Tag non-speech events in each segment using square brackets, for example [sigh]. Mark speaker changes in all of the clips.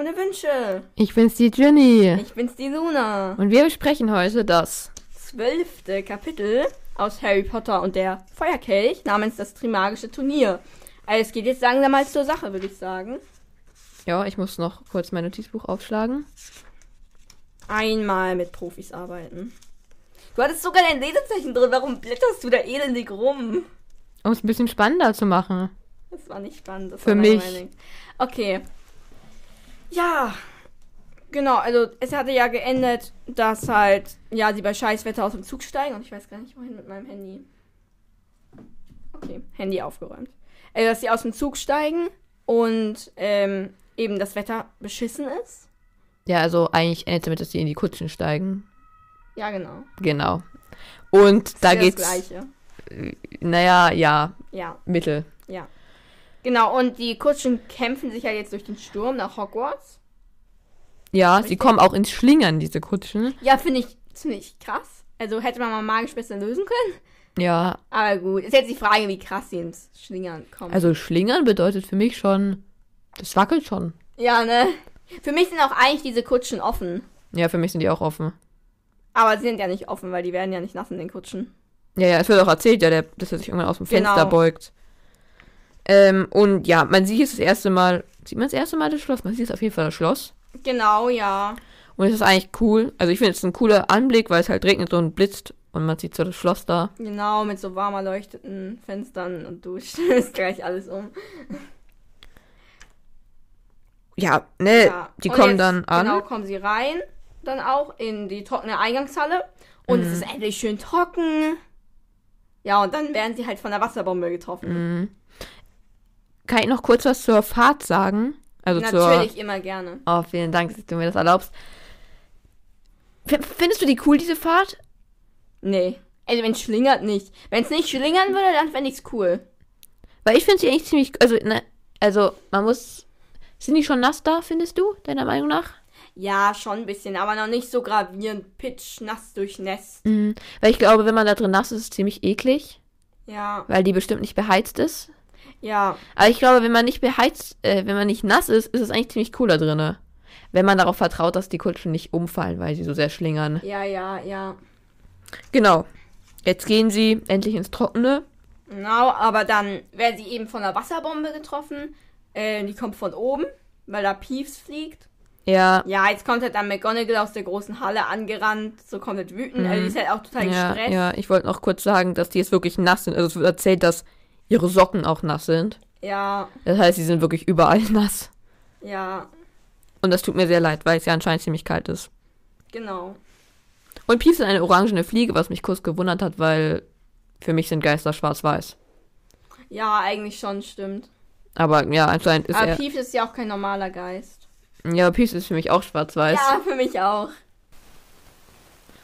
Speaker 1: Wünsche.
Speaker 2: Ich bin's die Ginny.
Speaker 1: Ich bin's die Luna.
Speaker 2: Und wir besprechen heute das.
Speaker 1: Zwölfte Kapitel aus Harry Potter und der Feuerkelch namens das Trimagische Turnier. Also es geht jetzt langsam mal zur Sache, würde ich sagen.
Speaker 2: Ja, ich muss noch kurz mein Notizbuch aufschlagen.
Speaker 1: Einmal mit Profis arbeiten. Du hattest sogar dein Lesezeichen drin. Warum blätterst du da elendig rum?
Speaker 2: Um es ein bisschen spannender zu machen.
Speaker 1: Das war nicht spannend. Das
Speaker 2: Für
Speaker 1: war
Speaker 2: mich.
Speaker 1: langweilig. Okay. Ja. Genau, also es hatte ja geendet, dass halt, ja, sie bei Scheißwetter aus dem Zug steigen und ich weiß gar nicht, wohin mit meinem Handy. Okay, Handy aufgeräumt. Äh, dass sie aus dem Zug steigen und ähm, eben das Wetter beschissen ist.
Speaker 2: Ja, also eigentlich endet damit, dass die in die Kutschen steigen.
Speaker 1: Ja, genau.
Speaker 2: Genau. Und da
Speaker 1: Ist ja
Speaker 2: geht's.
Speaker 1: Das Gleiche.
Speaker 2: Naja, ja,
Speaker 1: Ja.
Speaker 2: Mittel.
Speaker 1: Ja. Genau, und die Kutschen kämpfen sich ja jetzt durch den Sturm nach Hogwarts.
Speaker 2: Ja, sie
Speaker 1: Richtig.
Speaker 2: kommen auch ins Schlingern, diese Kutschen.
Speaker 1: Ja, finde ich ziemlich krass. Also hätte man mal magisch besser lösen können.
Speaker 2: Ja,
Speaker 1: Aber gut, ist jetzt die Frage, wie krass sie ins Schlingern kommen.
Speaker 2: also Schlingern bedeutet für mich schon, das wackelt schon.
Speaker 1: ja, ne? Für mich sind auch eigentlich diese Kutschen offen.
Speaker 2: Ja, für mich sind die auch offen.
Speaker 1: Aber sie sind ja nicht offen, weil die werden ja nicht nass in den Kutschen.
Speaker 2: Ja, ja, es wird auch erzählt, ja, der, dass er sich irgendwann aus dem Fenster
Speaker 1: Genau.
Speaker 2: beugt. Ähm, und ja, man sieht jetzt das erste Mal, sieht man das erste Mal das Schloss? Man sieht jetzt auf jeden Fall das Schloss.
Speaker 1: Genau, ja.
Speaker 2: Und es ist eigentlich cool. Also ich finde es ein cooler Anblick, weil es halt regnet und blitzt und man sieht so das Schloss da.
Speaker 1: Genau, mit so warm erleuchteten Fenstern und du [laughs] stößt gleich alles um.
Speaker 2: Ja, ne,
Speaker 1: Ja.
Speaker 2: die
Speaker 1: Und
Speaker 2: kommen
Speaker 1: jetzt,
Speaker 2: dann an.
Speaker 1: Genau, kommen sie rein, dann auch in die trockene Eingangshalle. Und
Speaker 2: Mhm.
Speaker 1: es ist endlich schön trocken. Ja, und dann werden sie halt von der Wasserbombe
Speaker 2: Mhm.
Speaker 1: getroffen.
Speaker 2: Kann ich noch kurz was zur Fahrt sagen? Also zur
Speaker 1: Natürlich immer gerne.
Speaker 2: Oh, vielen Dank, dass du mir das erlaubst. F- Findest du die cool, diese Fahrt?
Speaker 1: Nee. Also wenn es schlingert, nicht. Wenn es nicht schlingern würde, dann fände ich es cool.
Speaker 2: Weil ich finde sie eigentlich ziemlich. Also, ne, also, man muss. Sind die schon nass da, findest du, deiner Meinung nach?
Speaker 1: Ja, schon ein bisschen, aber noch nicht so gravierend. Pitch, nass durchnässt.
Speaker 2: Mhm. Weil ich glaube, wenn man da drin nass ist, ist es ziemlich eklig,
Speaker 1: Ja,
Speaker 2: weil die bestimmt nicht beheizt ist.
Speaker 1: ja.
Speaker 2: Aber ich glaube, wenn man nicht beheizt, äh, wenn man nicht nass ist, ist es eigentlich ziemlich cool da drinne. Wenn man darauf vertraut, dass die Kutschen nicht umfallen, weil sie so sehr schlingern.
Speaker 1: Ja, ja, ja.
Speaker 2: Genau. Jetzt gehen sie endlich ins Trockene.
Speaker 1: Genau, aber dann werden sie eben von der Wasserbombe getroffen. Äh, die kommt von oben, weil da Piefs fliegt.
Speaker 2: Ja,
Speaker 1: Ja, jetzt kommt halt dann McGonagall aus der großen Halle angerannt, so komplett wütend. Also die ist halt auch total
Speaker 2: Mhm. Ja,
Speaker 1: gestresst.
Speaker 2: ja, ich wollte noch kurz sagen, dass die jetzt wirklich nass sind. Also es wird erzählt, dass ihre Socken auch nass sind.
Speaker 1: Ja,
Speaker 2: Das heißt, sie sind wirklich überall [laughs] nass.
Speaker 1: ja,
Speaker 2: Und das tut mir sehr leid, weil es ja anscheinend ziemlich kalt ist.
Speaker 1: genau.
Speaker 2: Und Piefs ist eine orangene Fliege, was mich kurz gewundert hat, weil für mich sind Geister schwarz-weiß.
Speaker 1: Ja, eigentlich schon, stimmt.
Speaker 2: Aber ja, anscheinend ist
Speaker 1: aber
Speaker 2: er.
Speaker 1: Piefs ist ja auch kein normaler Geist.
Speaker 2: ja, Piefs ist für mich auch schwarz-weiß.
Speaker 1: Ja, für mich auch.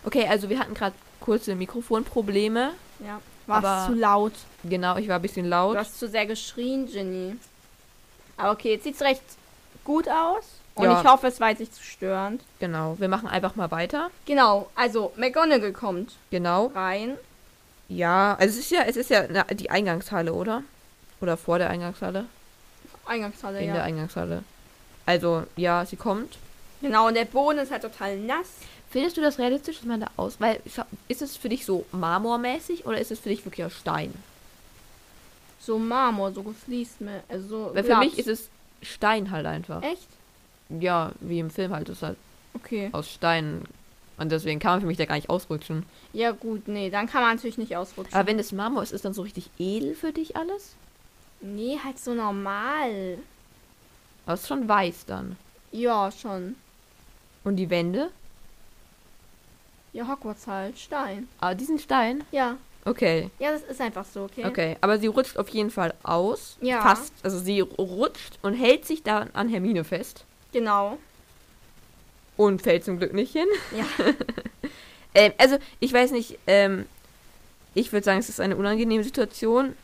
Speaker 2: Okay, also wir hatten gerade kurze Mikrofonprobleme.
Speaker 1: Ja, war
Speaker 2: Aber-
Speaker 1: zu laut.
Speaker 2: Genau, ich war ein bisschen
Speaker 1: Du
Speaker 2: laut.
Speaker 1: hast zu sehr geschrien, Ginny. Aber okay, jetzt sieht's recht gut aus. Und
Speaker 2: Ja.
Speaker 1: ich hoffe, es war jetzt nicht zu störend.
Speaker 2: Genau, wir machen einfach mal weiter.
Speaker 1: Genau, also McGonagall kommt
Speaker 2: Genau.
Speaker 1: rein.
Speaker 2: Ja, also es ist ja, es ist ja na, die Eingangshalle, oder? Oder vor der Eingangshalle?
Speaker 1: Eingangshalle,
Speaker 2: In der
Speaker 1: ja.
Speaker 2: Eingangshalle. Also, ja, sie kommt.
Speaker 1: Genau, und der Boden ist halt total nass.
Speaker 2: Findest du das realistisch, dass man da aus... Weil, schau, ist es für dich so marmormäßig oder ist es für dich wirklich aus Stein?
Speaker 1: So Marmor, so gefliest. mir- Also so
Speaker 2: Weil für
Speaker 1: glatt.
Speaker 2: mich ist es Stein halt einfach.
Speaker 1: Echt?
Speaker 2: Ja, wie im Film halt, ist halt
Speaker 1: Okay.
Speaker 2: aus Stein. Und deswegen kann man für mich da gar nicht ausrutschen.
Speaker 1: Ja, gut, nee, dann kann man natürlich nicht ausrutschen.
Speaker 2: Aber wenn es Marmor ist, ist dann so richtig edel für dich alles?
Speaker 1: nee, halt so normal.
Speaker 2: Aber es ist schon weiß dann.
Speaker 1: Ja, schon.
Speaker 2: Und die Wände?
Speaker 1: Ja, Hogwarts halt. Stein.
Speaker 2: Ah, diesen Stein?
Speaker 1: Ja.
Speaker 2: Okay,
Speaker 1: Ja, das ist einfach so, okay?
Speaker 2: okay. Aber sie rutscht auf jeden Fall aus.
Speaker 1: Ja.
Speaker 2: Fast. Also sie rutscht und hält sich dann an Hermine fest.
Speaker 1: Genau.
Speaker 2: Und fällt zum Glück nicht hin.
Speaker 1: Ja.
Speaker 2: [laughs] Ähm, also, ich weiß nicht, ähm, ich würde sagen, es ist eine unangenehme Situation.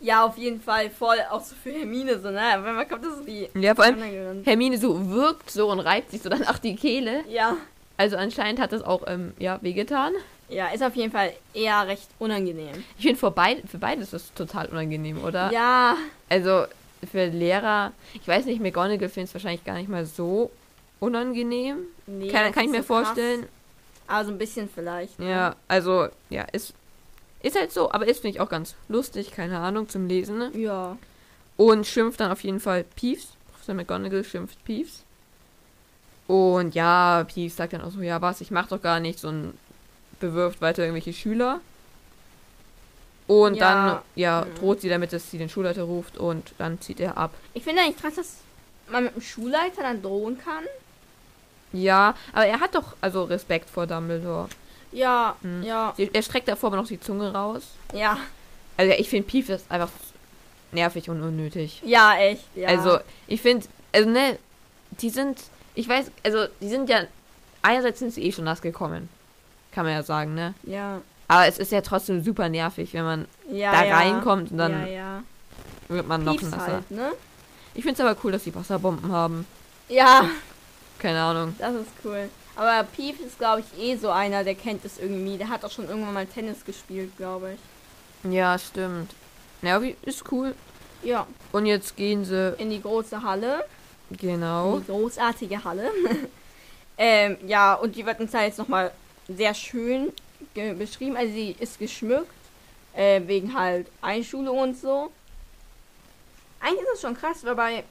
Speaker 1: Ja, auf jeden Fall. Voll auch so für Hermine, so, ne? Wenn man kommt, das ist die.
Speaker 2: Ja, vor allem,
Speaker 1: Angerannt.
Speaker 2: Hermine so wirkt so und reibt sich so danach die Kehle.
Speaker 1: Ja.
Speaker 2: Also anscheinend hat das auch, ähm, ja, wehgetan.
Speaker 1: Ja, ist auf jeden Fall eher recht unangenehm.
Speaker 2: Ich finde, für, beid für beide ist das total unangenehm, oder?
Speaker 1: Ja.
Speaker 2: Also, für Lehrer, ich weiß nicht, McGonagall findet es wahrscheinlich gar nicht mal so unangenehm.
Speaker 1: Nee,
Speaker 2: kann
Speaker 1: das
Speaker 2: kann ich
Speaker 1: ist
Speaker 2: mir
Speaker 1: so krass.
Speaker 2: vorstellen.
Speaker 1: Aber so ein bisschen vielleicht. ne?
Speaker 2: Ja, also, ja, ist, ist halt so, aber ist, finde ich, auch ganz lustig, keine Ahnung, zum Lesen. Ne?
Speaker 1: Ja.
Speaker 2: Und schimpft dann auf jeden Fall Peeves. Professor McGonagall schimpft Peeves. Und ja, Peeves sagt dann auch so, ja was, ich mach doch gar nichts und bewirft weiter irgendwelche Schüler. Und
Speaker 1: Ja.
Speaker 2: dann, ja,
Speaker 1: Mhm.
Speaker 2: droht sie damit, dass sie den Schulleiter ruft und dann zieht er ab.
Speaker 1: Ich finde eigentlich krass, dass man mit dem Schulleiter dann drohen kann.
Speaker 2: Ja, aber er hat doch also Respekt vor Dumbledore.
Speaker 1: Ja,
Speaker 2: Mhm.
Speaker 1: ja,
Speaker 2: Sie- Er streckt davor aber noch die Zunge raus.
Speaker 1: ja.
Speaker 2: Also ich finde Peeves ist einfach nervig und unnötig.
Speaker 1: Ja, echt. Ja.
Speaker 2: Also, ich finde, also ne, die sind, ich weiß, also die sind ja, einerseits sind sie eh schon nass gekommen, kann man ja sagen, ne?
Speaker 1: Ja.
Speaker 2: Aber es ist ja trotzdem super nervig, wenn man
Speaker 1: Ja,
Speaker 2: da
Speaker 1: ja.
Speaker 2: reinkommt und dann
Speaker 1: Ja, ja.
Speaker 2: wird man noch
Speaker 1: Piepst
Speaker 2: nasser.
Speaker 1: halt, ne?
Speaker 2: Ich finde es aber cool, dass die Wasserbomben haben.
Speaker 1: Ja,
Speaker 2: Keine Ahnung.
Speaker 1: das ist cool. Aber Pief ist, glaube ich, eh so einer, der kennt es irgendwie. Der hat auch schon irgendwann mal Tennis gespielt, glaube ich.
Speaker 2: Ja, stimmt. Ja, wie, ist cool.
Speaker 1: Ja,
Speaker 2: Und jetzt gehen sie,
Speaker 1: in die große Halle.
Speaker 2: genau.
Speaker 1: Die großartige Halle. [laughs] ähm, ja, und die wird uns da jetzt nochmal sehr schön ge- beschrieben. Also sie ist geschmückt, äh, wegen halt Einschulung und so. Eigentlich ist das schon krass, weil bei,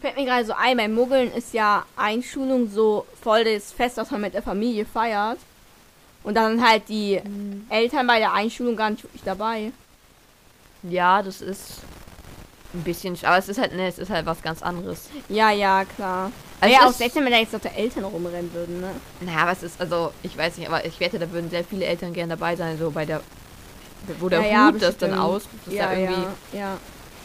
Speaker 1: fällt mir gerade so ein, bei Muggeln ist ja Einschulung so voll das Fest, was man mit der Familie feiert. Und dann sind halt die Eltern bei der Einschulung gar nicht wirklich dabei.
Speaker 2: Ja, das ist ein bisschen, sch- aber es ist halt, ne, es ist halt was ganz anderes.
Speaker 1: Ja, ja, klar.
Speaker 2: Also
Speaker 1: Wäre
Speaker 2: es
Speaker 1: auch
Speaker 2: ist-
Speaker 1: seltsam, wenn da jetzt noch der Eltern rumrennen würden, ne?
Speaker 2: Naja, was ist, also, ich weiß nicht, aber ich wette, da würden sehr viele Eltern gerne dabei sein, so bei der, wo der
Speaker 1: Ja, ja,
Speaker 2: Hut das dann
Speaker 1: bestimmt.
Speaker 2: aus, das ja,
Speaker 1: ja,
Speaker 2: da irgendwie,
Speaker 1: ja, ja.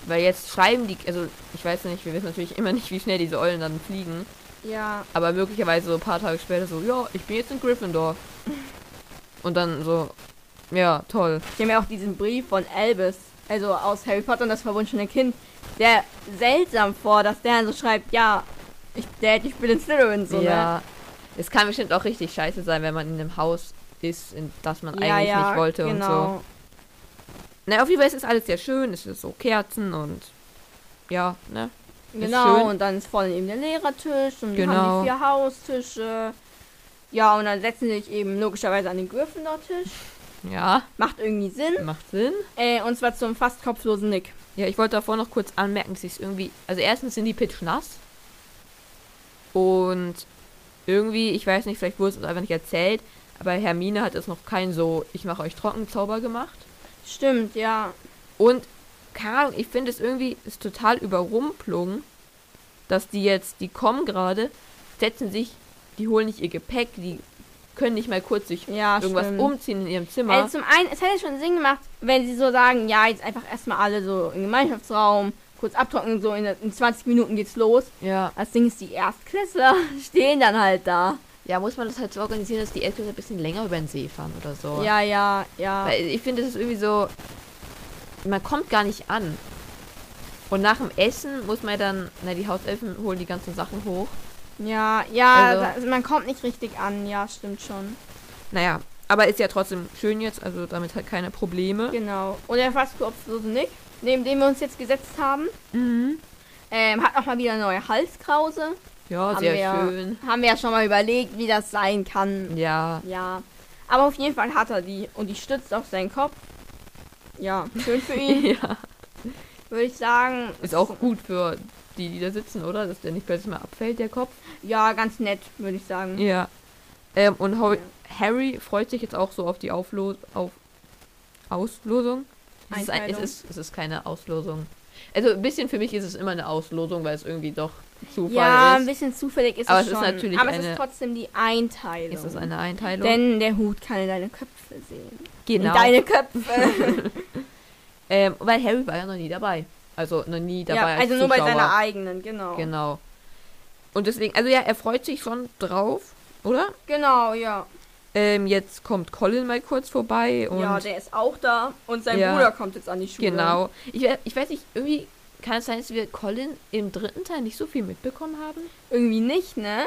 Speaker 2: weil jetzt schreiben die, also, ich weiß nicht, wir wissen natürlich immer nicht, wie schnell diese Eulen dann fliegen,
Speaker 1: Ja,
Speaker 2: aber möglicherweise so ein paar Tage später so, ja, ich bin jetzt
Speaker 1: [laughs]
Speaker 2: in Gryffindor. Und dann so, ja, toll.
Speaker 1: Ich habe ja auch diesen Brief von Elvis, also aus Harry Potter und das verwunschene Kind, der seltsam vor, dass der so schreibt, ja, ich, Dad, ich bin in Slytherin, so, ne?
Speaker 2: ja. Es kann bestimmt auch richtig scheiße sein, wenn man in einem Haus ist, in das man
Speaker 1: ne?
Speaker 2: eigentlich nicht wollte und
Speaker 1: genau.
Speaker 2: so. Na, auf jeden Fall ist es alles sehr schön, es ist so Kerzen und, ja, ne? Ist
Speaker 1: Genau,
Speaker 2: schön.
Speaker 1: und dann ist vorne eben der Lehrertisch und wir
Speaker 2: Genau.
Speaker 1: haben die vier Haustische. Ja, und dann setzen sie sich eben logischerweise an den Gryffindor-Tisch.
Speaker 2: Ja,
Speaker 1: Macht irgendwie Sinn.
Speaker 2: macht Sinn.
Speaker 1: Äh, und zwar zum fast kopflosen Nick.
Speaker 2: Ja, ich wollte davor noch kurz anmerken, dass ich es irgendwie. Also, erstens sind die pitch nass. Und irgendwie, ich weiß nicht, vielleicht wurde es uns einfach nicht erzählt, aber Hermine hat es noch kein so, ich mache euch trocken Zauber gemacht.
Speaker 1: Stimmt, ja.
Speaker 2: Und, keine Ahnung, ich finde es irgendwie ist total überrumplung, dass die jetzt, die kommen gerade, setzen sich, die holen nicht ihr Gepäck, die können nicht mal kurz sich
Speaker 1: Ja,
Speaker 2: irgendwas
Speaker 1: stimmt.
Speaker 2: umziehen in ihrem Zimmer.
Speaker 1: Also zum einen, es hätte schon Sinn gemacht, wenn sie so sagen, ja, jetzt einfach erstmal alle so im Gemeinschaftsraum, kurz abtrocknen, so in, in 20 Minuten geht's los.
Speaker 2: ja.
Speaker 1: Das Ding ist, die Erstklässler [laughs] stehen dann halt da.
Speaker 2: ja, muss man das halt so organisieren, dass die Eltern ein bisschen länger über den See fahren oder so.
Speaker 1: Ja, ja, ja.
Speaker 2: Weil ich finde, das ist irgendwie so. Man kommt gar nicht an. Und nach dem Essen muss man ja dann. Na, die Hauselfen holen die ganzen Sachen hoch.
Speaker 1: Ja, ja,
Speaker 2: Also-
Speaker 1: da- man kommt nicht richtig an. Ja, stimmt schon.
Speaker 2: Naja, aber ist ja trotzdem schön jetzt, also damit halt keine Probleme.
Speaker 1: Genau. Und der fast kopflose Nick, neben dem wir uns jetzt gesetzt haben,
Speaker 2: Mhm.
Speaker 1: ähm, hat auch mal wieder eine neue Halskrause.
Speaker 2: Ja,
Speaker 1: Haben
Speaker 2: sehr
Speaker 1: wir-
Speaker 2: schön.
Speaker 1: Haben wir ja schon mal überlegt, wie das sein kann.
Speaker 2: Ja.
Speaker 1: Ja. Aber auf jeden Fall hat er die und die stützt auf seinen Kopf. Ja, schön für ihn,
Speaker 2: [laughs] ja.
Speaker 1: würde ich sagen.
Speaker 2: Ist auch gut für die, die da sitzen, oder? Dass der nicht plötzlich mal abfällt, der Kopf.
Speaker 1: Ja, ganz nett, würde ich sagen.
Speaker 2: Ja. Ähm, und Ho
Speaker 1: Ja.
Speaker 2: Harry freut sich jetzt auch so auf die Auflo auf Auslosung. Es ist, ein, es,
Speaker 1: Einteilung.
Speaker 2: ist, es ist keine Auslosung. Also ein bisschen für mich ist es immer eine Auslosung, weil es irgendwie doch Zufall
Speaker 1: Ja, ein
Speaker 2: ist.
Speaker 1: bisschen zufällig ist
Speaker 2: Aber
Speaker 1: es
Speaker 2: es ist
Speaker 1: schon.
Speaker 2: natürlich
Speaker 1: aber es
Speaker 2: eine-
Speaker 1: ist trotzdem die Einteilung.
Speaker 2: Es ist eine Einteilung.
Speaker 1: Denn der Hut kann in deine Köpfe sehen.
Speaker 2: genau.
Speaker 1: In deine Köpfe.
Speaker 2: ähm, weil Harry war ja noch nie dabei. Also noch nie [laughs] dabei.
Speaker 1: ja,
Speaker 2: als
Speaker 1: also nur bei
Speaker 2: Zuschauer.
Speaker 1: seiner eigenen, genau. genau.
Speaker 2: Genau. Und deswegen, also ja, er freut sich schon drauf, oder?
Speaker 1: Genau, ja.
Speaker 2: Ähm, jetzt kommt Colin mal kurz vorbei und
Speaker 1: ja, der ist auch da und sein
Speaker 2: Ja.
Speaker 1: Bruder kommt jetzt an die Schule.
Speaker 2: Genau. Ich, we- ich weiß nicht, irgendwie kann es sein, dass wir Colin im dritten Teil nicht so viel mitbekommen haben.
Speaker 1: Irgendwie nicht, ne?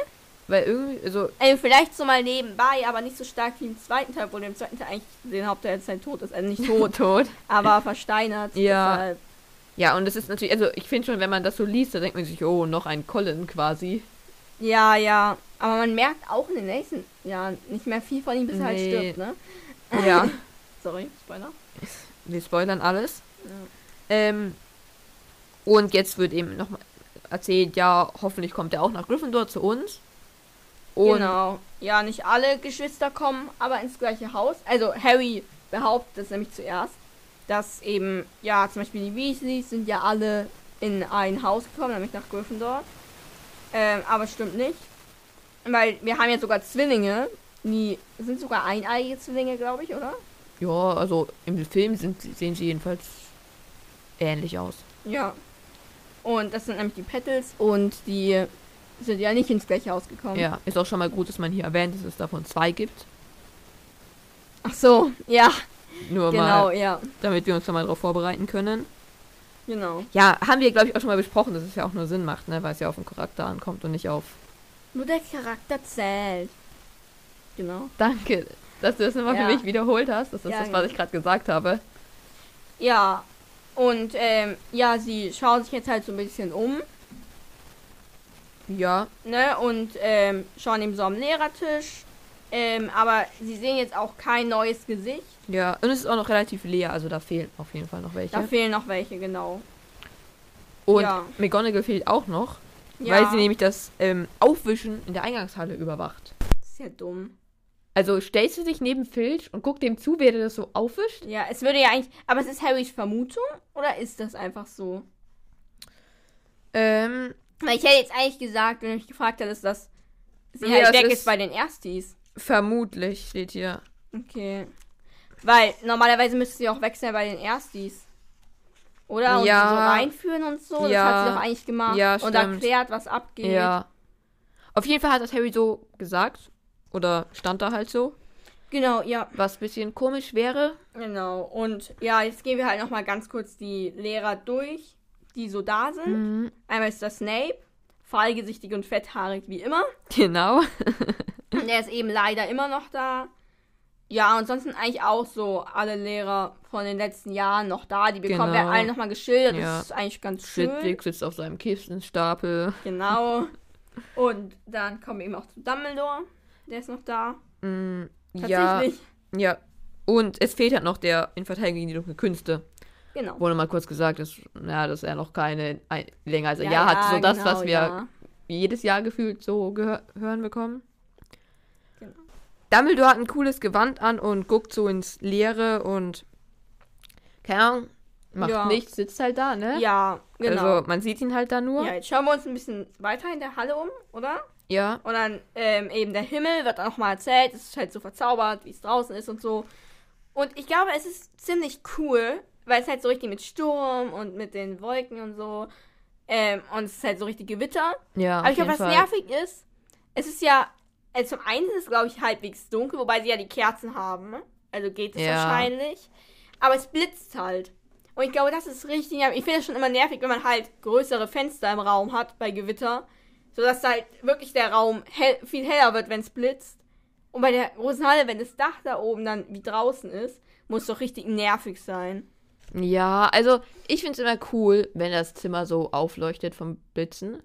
Speaker 2: Weil irgendwie, also,
Speaker 1: Ey, vielleicht so mal nebenbei, aber nicht so stark wie im zweiten Teil, wo der im zweiten Teil eigentlich den Hauptteil jetzt halt tot ist. Also
Speaker 2: [laughs]
Speaker 1: nicht tot,
Speaker 2: tot.
Speaker 1: aber versteinert. halt-
Speaker 2: Ja.
Speaker 1: Deshalb.
Speaker 2: Ja, und es ist natürlich, also ich finde schon, wenn man das so liest, da denkt man sich, oh, noch ein Colin quasi.
Speaker 1: Ja, ja. Aber man merkt auch in den nächsten Jahren nicht mehr viel von ihm, bis er halt
Speaker 2: Nee.
Speaker 1: stirbt, ne?
Speaker 2: Ja,
Speaker 1: Sorry, Spoiler.
Speaker 2: [laughs] wir spoilern alles.
Speaker 1: Ja.
Speaker 2: Ähm, und jetzt wird eben nochmal erzählt, ja, hoffentlich kommt er auch nach Gryffindor zu uns. Und
Speaker 1: Genau. Ja, nicht alle Geschwister kommen, aber ins gleiche Haus. Also Harry behauptet es nämlich zuerst, dass eben, ja, zum Beispiel die Weasleys sind ja alle in ein Haus gekommen, nämlich nach Gryffindor. Ähm, aber es stimmt nicht. Weil wir haben jetzt sogar Zwillinge. Die sind sogar eineiige Zwillinge, glaube ich, oder?
Speaker 2: ja, also im Film sind, sie- sehen sie jedenfalls ähnlich aus.
Speaker 1: Ja. Und das sind nämlich die Petals und die sind ja nicht ins gleiche Haus gekommen.
Speaker 2: Ja, ist auch schon mal gut, dass man hier erwähnt, dass es davon zwei gibt.
Speaker 1: Ach so, ja,
Speaker 2: Nur
Speaker 1: genau,
Speaker 2: mal,
Speaker 1: ja,
Speaker 2: damit wir uns da mal drauf vorbereiten können.
Speaker 1: genau.
Speaker 2: Ja, haben wir, glaube ich, auch schon mal besprochen, dass es ja auch nur Sinn macht, ne? weil es ja auf den Charakter ankommt und nicht auf.
Speaker 1: Nur der Charakter zählt. Genau.
Speaker 2: Danke, dass du das nochmal
Speaker 1: Ja.
Speaker 2: für mich wiederholt hast. Das ist
Speaker 1: Ja,
Speaker 2: das, was ich gerade gesagt habe.
Speaker 1: Ja, und ähm, ja, sie schauen sich jetzt halt so ein bisschen um,
Speaker 2: Ja,
Speaker 1: ne, und ähm, schauen eben so am Lehrertisch. Ähm, aber sie sehen jetzt auch kein neues Gesicht.
Speaker 2: ja. Und es ist auch noch relativ leer, also da fehlen auf jeden Fall noch welche.
Speaker 1: Da fehlen noch welche, genau.
Speaker 2: und
Speaker 1: ja.
Speaker 2: McGonagall fehlt auch noch,
Speaker 1: Ja,
Speaker 2: weil sie nämlich das ähm, Aufwischen in der Eingangshalle überwacht.
Speaker 1: das ist ja dumm.
Speaker 2: Also stellst du dich neben Filch und guck dem zu, wer dir das so aufwischt?
Speaker 1: Ja, es würde ja eigentlich. Aber es ist Harrys Vermutung oder ist das einfach so?
Speaker 2: Ähm,
Speaker 1: Weil ich hätte jetzt eigentlich gesagt, wenn du mich gefragt hättest, dass sie
Speaker 2: Nee,
Speaker 1: halt
Speaker 2: das
Speaker 1: weg
Speaker 2: ist-
Speaker 1: ist bei den Erstis.
Speaker 2: vermutlich steht hier.
Speaker 1: Okay. Weil normalerweise müsste sie auch weg sein bei den Erstis. Oder? Und
Speaker 2: Ja.
Speaker 1: sie so reinführen und so.
Speaker 2: Ja.
Speaker 1: Das hat sie doch eigentlich gemacht.
Speaker 2: Ja,
Speaker 1: und
Speaker 2: stimmt.
Speaker 1: erklärt, was abgeht.
Speaker 2: Ja. Auf jeden Fall hat das Harry so gesagt. Oder stand da halt so.
Speaker 1: Genau, ja.
Speaker 2: Was ein bisschen komisch wäre.
Speaker 1: Genau. Und ja, jetzt gehen wir halt nochmal ganz kurz die Lehrer durch, die so da sind.
Speaker 2: Hm.
Speaker 1: Einmal ist das Snape. Fahlgesichtig und fetthaarig wie immer.
Speaker 2: [laughs] Genau.
Speaker 1: Der ist eben leider immer noch da. Ja, und sonst sind eigentlich auch so alle Lehrer von den letzten Jahren noch da. Die bekommen
Speaker 2: Genau.
Speaker 1: wir alle nochmal geschildert.
Speaker 2: Ja.
Speaker 1: Das ist eigentlich ganz schön.
Speaker 2: Sidwick sitzt auf seinem Kistenstapel. [laughs]
Speaker 1: Genau. Und dann kommen wir eben auch zu Dumbledore. Der ist noch da.
Speaker 2: Mm, ja.
Speaker 1: Tatsächlich.
Speaker 2: Ja. Und es fehlt halt noch der in Verteidigung gegen die dunklen Künste.
Speaker 1: Genau.
Speaker 2: Wurde mal kurz gesagt, dass, na, dass er noch keine ein, länger als ein
Speaker 1: Ja,
Speaker 2: Jahr
Speaker 1: ja,
Speaker 2: hat. So das,
Speaker 1: genau,
Speaker 2: was wir
Speaker 1: ja.
Speaker 2: jedes Jahr gefühlt so gehö- hören bekommen.
Speaker 1: Genau.
Speaker 2: Dumbledore hat ein cooles Gewand an und guckt so ins Leere und keine Ahnung, macht
Speaker 1: Ja.
Speaker 2: nichts, sitzt halt da, ne?
Speaker 1: Ja, genau.
Speaker 2: Also man sieht ihn halt da nur.
Speaker 1: ja, jetzt schauen wir uns ein bisschen weiter in der Halle um, oder?
Speaker 2: ja.
Speaker 1: Und dann ähm, eben der Himmel wird dann nochmal erzählt. Es ist halt so verzaubert, wie es draußen ist und so. Und ich glaube, es ist ziemlich cool, weil es halt so richtig mit Sturm und mit den Wolken und so. Ähm, und es ist halt so richtig Gewitter.
Speaker 2: Ja,
Speaker 1: Aber ich
Speaker 2: auf
Speaker 1: glaube, was
Speaker 2: jeden Fall.
Speaker 1: nervig ist, es ist ja, also zum einen ist es, glaube ich, halbwegs dunkel, wobei sie ja die Kerzen haben. Also geht es
Speaker 2: Ja.
Speaker 1: wahrscheinlich. Aber es blitzt halt. Und ich glaube, das ist richtig nervig. Ich finde es schon immer nervig, wenn man halt größere Fenster im Raum hat bei Gewitter, sodass halt wirklich der Raum hell, viel heller wird, wenn es blitzt. Und bei der großen Halle, wenn das Dach da oben dann wie draußen ist, muss doch richtig nervig sein.
Speaker 2: Ja, also ich finde es immer cool, wenn das Zimmer so aufleuchtet vom Blitzen.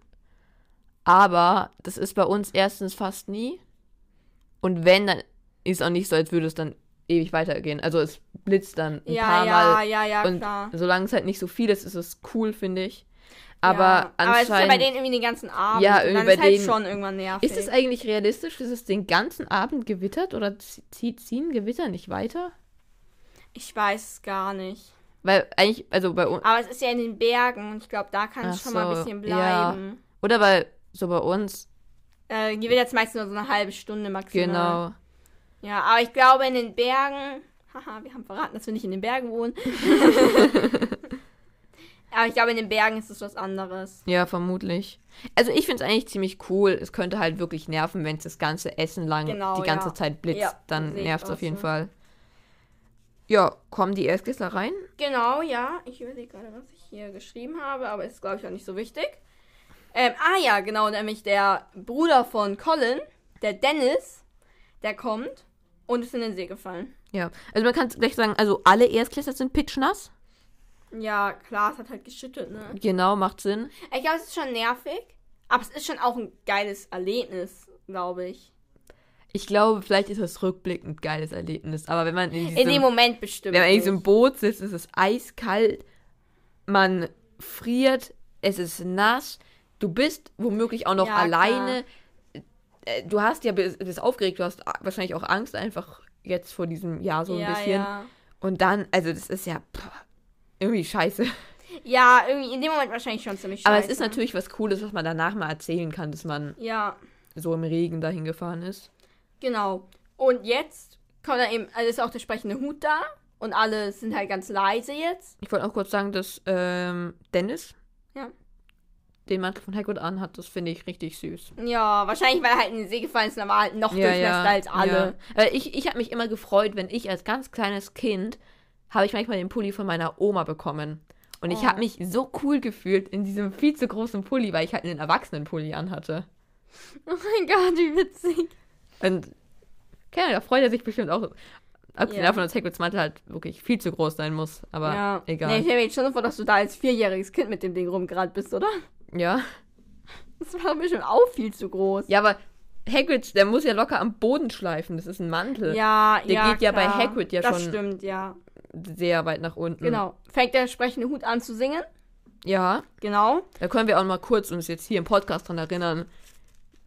Speaker 2: Aber das ist bei uns erstens fast nie. Und wenn, dann ist auch nicht so, als würde es dann ewig weitergehen. Also es blitzt dann ein
Speaker 1: Ja,
Speaker 2: paar
Speaker 1: ja,
Speaker 2: Mal.
Speaker 1: ja, ja,
Speaker 2: und
Speaker 1: klar.
Speaker 2: solange es halt nicht so viel ist, ist es cool, finde ich. Aber
Speaker 1: ja. aber es ist ja bei
Speaker 2: anscheinend.
Speaker 1: denen irgendwie den ganzen Abend.
Speaker 2: Ja,
Speaker 1: und
Speaker 2: irgendwie
Speaker 1: dann ist
Speaker 2: bei
Speaker 1: halt
Speaker 2: denen-
Speaker 1: schon irgendwann nervig.
Speaker 2: ist es eigentlich realistisch, dass es den ganzen Abend gewittert oder zie- zieht- ziehen Gewitter nicht weiter?
Speaker 1: Ich weiß es gar nicht.
Speaker 2: Weil eigentlich, also bei uns.
Speaker 1: Aber es ist ja in den Bergen und ich glaube, da kann es
Speaker 2: Ach
Speaker 1: schon mal ein
Speaker 2: so,
Speaker 1: bisschen
Speaker 2: ja.
Speaker 1: bleiben.
Speaker 2: Oder bei so bei uns.
Speaker 1: Äh, die wird jetzt meistens nur so eine halbe Stunde maximal.
Speaker 2: Genau.
Speaker 1: Ja, aber ich glaube in den Bergen. Haha, wir haben verraten, dass wir nicht in den Bergen
Speaker 2: [laughs]
Speaker 1: wohnen. aber ich glaube, in den Bergen ist es was anderes.
Speaker 2: Ja, vermutlich. Also ich finde es eigentlich ziemlich cool. Es könnte halt wirklich nerven, wenn es das ganze Essen lang
Speaker 1: Genau,
Speaker 2: die ganze
Speaker 1: ja.
Speaker 2: Zeit blitzt.
Speaker 1: Ja,
Speaker 2: dann
Speaker 1: sehe ich
Speaker 2: nervt es
Speaker 1: auch
Speaker 2: auf jeden
Speaker 1: so.
Speaker 2: Fall. Ja, kommen die Erstklässler rein?
Speaker 1: Genau, ja. Ich überlege gerade, was ich hier geschrieben habe, aber ist, glaube ich, auch nicht so wichtig. Ähm, ah ja, genau, nämlich der Bruder von Colin, der Dennis, der kommt und ist in den See gefallen.
Speaker 2: Ja. Also man kann gleich sagen, also alle Erstklässler sind pitschnass.
Speaker 1: Ja, klar, es hat halt geschüttet, ne?
Speaker 2: Genau, macht Sinn.
Speaker 1: Ich glaube, es ist schon nervig, Aber es ist schon auch ein geiles Erlebnis, glaube ich.
Speaker 2: Ich glaube, vielleicht ist das rückblickend ein geiles Erlebnis, aber wenn man in diesem,
Speaker 1: In dem Moment bestimmt.
Speaker 2: wenn man in diesem
Speaker 1: nicht.
Speaker 2: Boot sitzt, ist es eiskalt, man friert, es ist nass, du bist womöglich auch noch
Speaker 1: Ja,
Speaker 2: alleine. Äh, Du hast ja bis- bist aufgeregt, du hast a- wahrscheinlich auch Angst einfach jetzt vor diesem Jahr so ein
Speaker 1: ja,
Speaker 2: bisschen.
Speaker 1: Ja.
Speaker 2: Und dann, also das ist ja pff, irgendwie scheiße.
Speaker 1: ja, irgendwie in dem Moment wahrscheinlich schon ziemlich scheiße.
Speaker 2: Aber es ist natürlich was Cooles, was man danach mal erzählen kann, dass man
Speaker 1: Ja,
Speaker 2: so im Regen dahin gefahren ist.
Speaker 1: genau. Und jetzt kommt dann eben, also ist auch der sprechende Hut da. Und alle sind halt ganz leise jetzt.
Speaker 2: Ich wollte auch kurz sagen, dass ähm, Dennis
Speaker 1: Ja.
Speaker 2: den Mantel von Hagrid anhat. Das finde ich richtig süß.
Speaker 1: Ja, wahrscheinlich, weil er halt in den See gefallen ist und er war halt noch durchnässter als alle.
Speaker 2: ja. Äh, Ich, ich habe mich immer gefreut, wenn ich als ganz kleines Kind habe ich manchmal den Pulli von meiner Oma bekommen. Und ich
Speaker 1: Oh.
Speaker 2: habe mich so cool gefühlt in diesem viel zu großen Pulli, weil ich halt einen Erwachsenenpulli anhatte.
Speaker 1: [laughs] Oh mein Gott, wie witzig.
Speaker 2: Und keine Ahnung, da freut er sich bestimmt auch. Abgesehen
Speaker 1: Ja.
Speaker 2: davon, dass Hagrids Mantel halt wirklich viel zu groß sein muss. Aber
Speaker 1: ja, Nee,
Speaker 2: egal.
Speaker 1: ich stell mir jetzt schon so vor, dass du da als vierjähriges Kind mit dem Ding rumgerannt bist, oder?
Speaker 2: Ja.
Speaker 1: Das war mir schon auch viel zu groß.
Speaker 2: ja, aber Hagrid, der muss ja locker am Boden schleifen. Das ist ein Mantel.
Speaker 1: Ja,
Speaker 2: Der
Speaker 1: ja,
Speaker 2: geht ja bei
Speaker 1: klar.
Speaker 2: Hagrid ja
Speaker 1: das
Speaker 2: schon- Hm.
Speaker 1: Das stimmt, ja.
Speaker 2: Sehr weit nach unten.
Speaker 1: Genau. Fängt der entsprechende Hut an zu singen.
Speaker 2: Ja.
Speaker 1: Genau.
Speaker 2: Da können wir auch mal kurz uns jetzt hier im Podcast dran erinnern,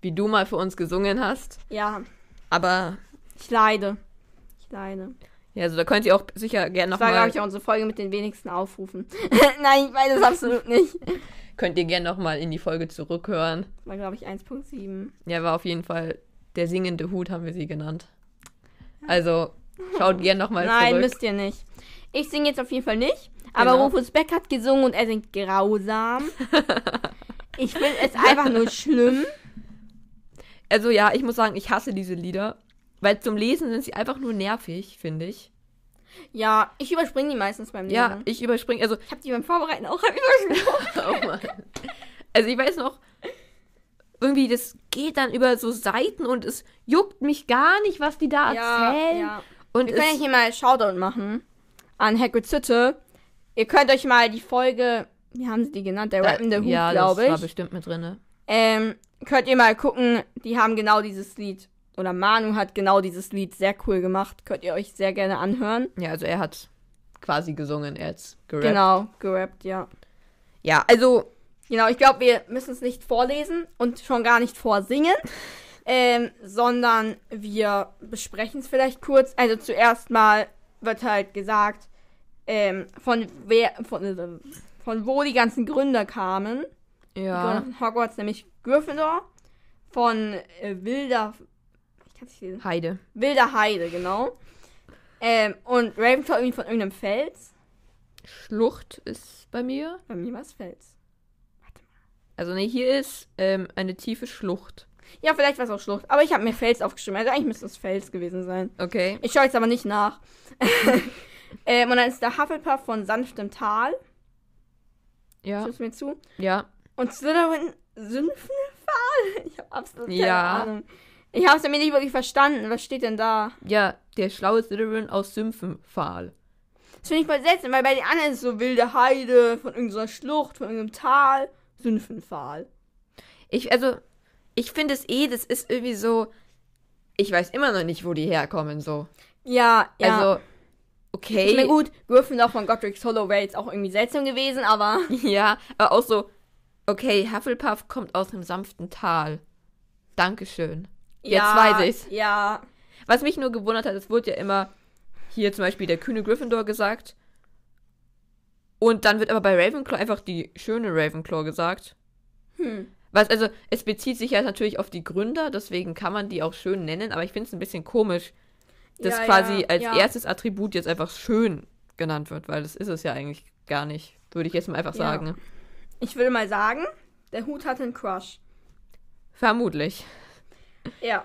Speaker 2: wie du mal für uns gesungen hast.
Speaker 1: Ja,
Speaker 2: Aber
Speaker 1: ich leide. Ich leide.
Speaker 2: ja, also da könnt ihr auch sicher gerne
Speaker 1: Das war, glaube
Speaker 2: nochmal
Speaker 1: ich, auch unsere Folge mit den wenigsten Aufrufen. [laughs] Nein, ich weiß es absolut nicht.
Speaker 2: könnt ihr gerne nochmal in die Folge zurückhören.
Speaker 1: Das war, glaube ich, 1.7.
Speaker 2: Ja, war auf jeden Fall der singende Hut, haben wir sie genannt. Also schaut gerne
Speaker 1: [laughs]
Speaker 2: nochmal
Speaker 1: Nein,
Speaker 2: zurück.
Speaker 1: müsst ihr nicht. Ich singe jetzt auf jeden Fall nicht. Aber
Speaker 2: Genau.
Speaker 1: Rufus Beck hat gesungen und er singt
Speaker 2: [laughs]
Speaker 1: grausam. ich finde es einfach nur schlimm.
Speaker 2: Also ja, ich muss sagen, ich hasse diese Lieder, weil zum Lesen sind sie einfach nur nervig, finde ich.
Speaker 1: Ja, ich überspringe die meistens beim
Speaker 2: Ja,
Speaker 1: Lesen.
Speaker 2: ich überspringe, also
Speaker 1: Ich habe die beim Vorbereiten [laughs] auch übersprungen.
Speaker 2: [laughs] oh Mann. Also ich weiß noch irgendwie das geht dann über so Seiten und es juckt mich gar nicht, was die da
Speaker 1: Ja,
Speaker 2: erzählen.
Speaker 1: ja.
Speaker 2: Und
Speaker 1: Wir können ja
Speaker 2: es,
Speaker 1: hier mal Shoutout machen an Hagrid's Hütte. Ihr könnt euch mal die Folge, wie haben sie die genannt? Der rappende Hut,
Speaker 2: Äh, ja,
Speaker 1: glaube
Speaker 2: das war
Speaker 1: ich.
Speaker 2: bestimmt mit drinne.
Speaker 1: Ähm, könnt ihr mal gucken, die haben genau dieses Lied. Oder Manu hat genau dieses Lied sehr cool gemacht. Könnt ihr euch sehr gerne anhören.
Speaker 2: Ja, also er hat quasi gesungen, er hat's gerappt.
Speaker 1: Genau, gerappt, ja.
Speaker 2: Ja, also
Speaker 1: Genau, ich glaube, wir müssen es nicht vorlesen und schon gar nicht vorsingen, ähm, sondern wir besprechen es vielleicht kurz. Also zuerst mal wird halt gesagt, ähm, von wer, von, äh, von wo die ganzen Gründer kamen. Die Gründer
Speaker 2: ja,
Speaker 1: von Hogwarts, nämlich Gryffindor, von äh, Wilder, ich kann nicht lesen,
Speaker 2: Heide.
Speaker 1: Wilder Heide, genau. Ähm, und Ravenclaw irgendwie von irgendeinem Fels.
Speaker 2: Schlucht ist bei mir.
Speaker 1: Bei mir war es Fels.
Speaker 2: Also ne, hier ist ähm, eine tiefe Schlucht.
Speaker 1: Ja, vielleicht war es auch Schlucht, aber ich habe mir Fels aufgeschrieben. Also eigentlich müsste es Fels gewesen sein.
Speaker 2: Okay.
Speaker 1: Ich schaue jetzt aber nicht
Speaker 2: [laughs]
Speaker 1: nach. ähm, und dann ist der Hufflepuff von sanftem Tal.
Speaker 2: Ja,
Speaker 1: Schiebst du mir zu.
Speaker 2: ja.
Speaker 1: Und Slytherin Sünfenfall. [laughs] Ich habe absolut keine
Speaker 2: Ja.
Speaker 1: Ahnung. Ich habe es ja mir nicht wirklich verstanden. Was steht denn da?
Speaker 2: Ja, der schlaue Slytherin aus Sümpfenfahl.
Speaker 1: Das finde ich voll seltsam, weil bei den anderen ist es so wilde Heide von irgendeiner Schlucht, von irgendeinem Tal. Sünfenfall.
Speaker 2: Ich, also, ich finde es eh, das ist irgendwie so. Ich weiß immer noch nicht, wo die herkommen, so.
Speaker 1: Ja, ja.
Speaker 2: Also,
Speaker 1: ich meine,
Speaker 2: okay.
Speaker 1: gut, Gryffindor von Godric's Hollow wäre jetzt auch irgendwie seltsam gewesen, aber
Speaker 2: [laughs] Ja, aber auch so, okay, Hufflepuff kommt aus einem sanften Tal. Dankeschön. Jetzt
Speaker 1: ja,
Speaker 2: weiß ich's.
Speaker 1: Ja,
Speaker 2: Was mich nur gewundert hat, es wurde ja immer hier zum Beispiel der kühne Gryffindor gesagt. Und dann wird aber bei Ravenclaw einfach die schöne Ravenclaw gesagt.
Speaker 1: Hm.
Speaker 2: Was, also, es bezieht sich ja natürlich auf die Gründer, deswegen kann man die auch schön nennen, aber ich finde es ein bisschen komisch, dass
Speaker 1: Ja,
Speaker 2: quasi
Speaker 1: ja,
Speaker 2: als
Speaker 1: ja.
Speaker 2: erstes Attribut jetzt einfach schön genannt wird, weil das ist es ja eigentlich gar nicht, würde ich jetzt mal einfach
Speaker 1: Ja.
Speaker 2: sagen.
Speaker 1: Ich will mal sagen, der Hut hatte einen Crush.
Speaker 2: Vermutlich.
Speaker 1: Ja.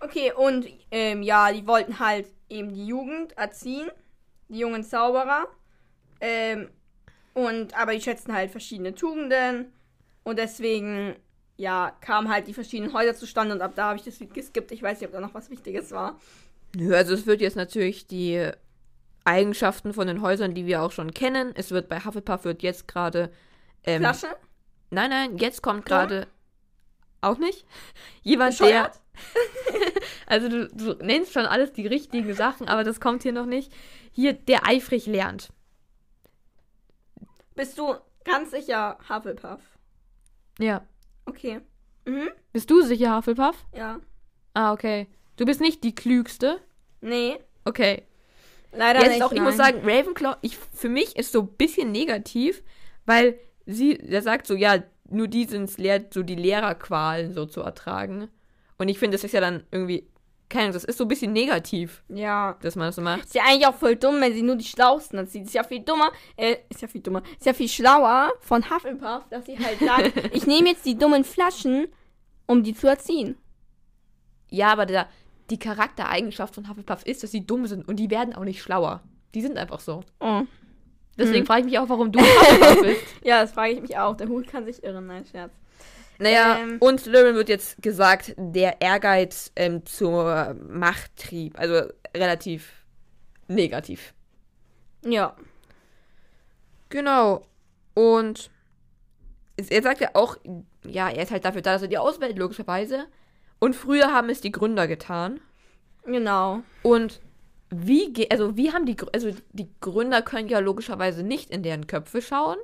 Speaker 1: Okay, und ähm, ja, die wollten halt eben die Jugend erziehen, die jungen Zauberer. Ähm, und aber die schätzten halt verschiedene Tugenden. Und deswegen, ja, kamen halt die verschiedenen Häuser zustande und ab da habe ich das Lied geskippt. Ich weiß nicht, ob da noch was Wichtiges war.
Speaker 2: Nö, also es wird jetzt natürlich die Eigenschaften von den Häusern, die wir auch schon kennen. Es wird bei Hufflepuff wird jetzt gerade ähm,
Speaker 1: Flasche?
Speaker 2: Nein, nein, jetzt kommt
Speaker 1: Drum?
Speaker 2: gerade Auch nicht. [laughs] Jemand,
Speaker 1: Hm? Bescheuert?
Speaker 2: der. [laughs] Also du, du nennst schon alles die richtigen Sachen, aber das kommt hier noch nicht. Hier, der eifrig lernt.
Speaker 1: Bist du ganz sicher Hufflepuff?
Speaker 2: Ja.
Speaker 1: Okay. Mhm.
Speaker 2: Bist du sicher, Hufflepuff?
Speaker 1: Ja.
Speaker 2: Ah, okay. Du bist nicht die Klügste.
Speaker 1: Nee.
Speaker 2: Okay.
Speaker 1: Leider
Speaker 2: Jetzt
Speaker 1: nicht.
Speaker 2: auch, ich
Speaker 1: nein.
Speaker 2: muss sagen, Ravenclaw, ich, für mich ist so ein bisschen negativ, weil sie, der sagt so, ja, nur die sind es lehrt, so die Lehrerqualen so zu ertragen. Und ich finde, das ist ja dann irgendwie, keine Ahnung, das ist so ein bisschen negativ,
Speaker 1: Ja.
Speaker 2: dass man das so macht.
Speaker 1: Ist ja eigentlich auch voll dumm, wenn sie nur die Schlausten anzieht. Ist ja viel dummer, äh, ist ja viel dummer, ist ja viel schlauer von Hufflepuff, dass sie halt
Speaker 2: [laughs]
Speaker 1: sagt, ich nehme jetzt die dummen Flaschen, um die zu erziehen.
Speaker 2: Ja, aber der, die Charaktereigenschaft von Hufflepuff ist, dass sie dumm sind und die werden auch nicht schlauer. Die sind einfach so.
Speaker 1: Oh.
Speaker 2: Deswegen frage ich mich auch, [laughs] warum du Hufflepuff bist.
Speaker 1: Ja, das frage ich mich auch. Der Hut kann sich irren, nein, Scherz.
Speaker 2: Naja,
Speaker 1: Ähm.
Speaker 2: und Lyrin wird jetzt gesagt, der Ehrgeiz ähm, zur Machttrieb, also relativ negativ.
Speaker 1: Ja.
Speaker 2: Genau. Und es- er sagt ja auch, ja, er ist halt dafür da, dass er die auswählt, logischerweise. Und früher haben es die Gründer getan.
Speaker 1: Genau.
Speaker 2: Und wie ge- also wie haben die Gr- also die Gründer können ja logischerweise nicht in deren Köpfe schauen.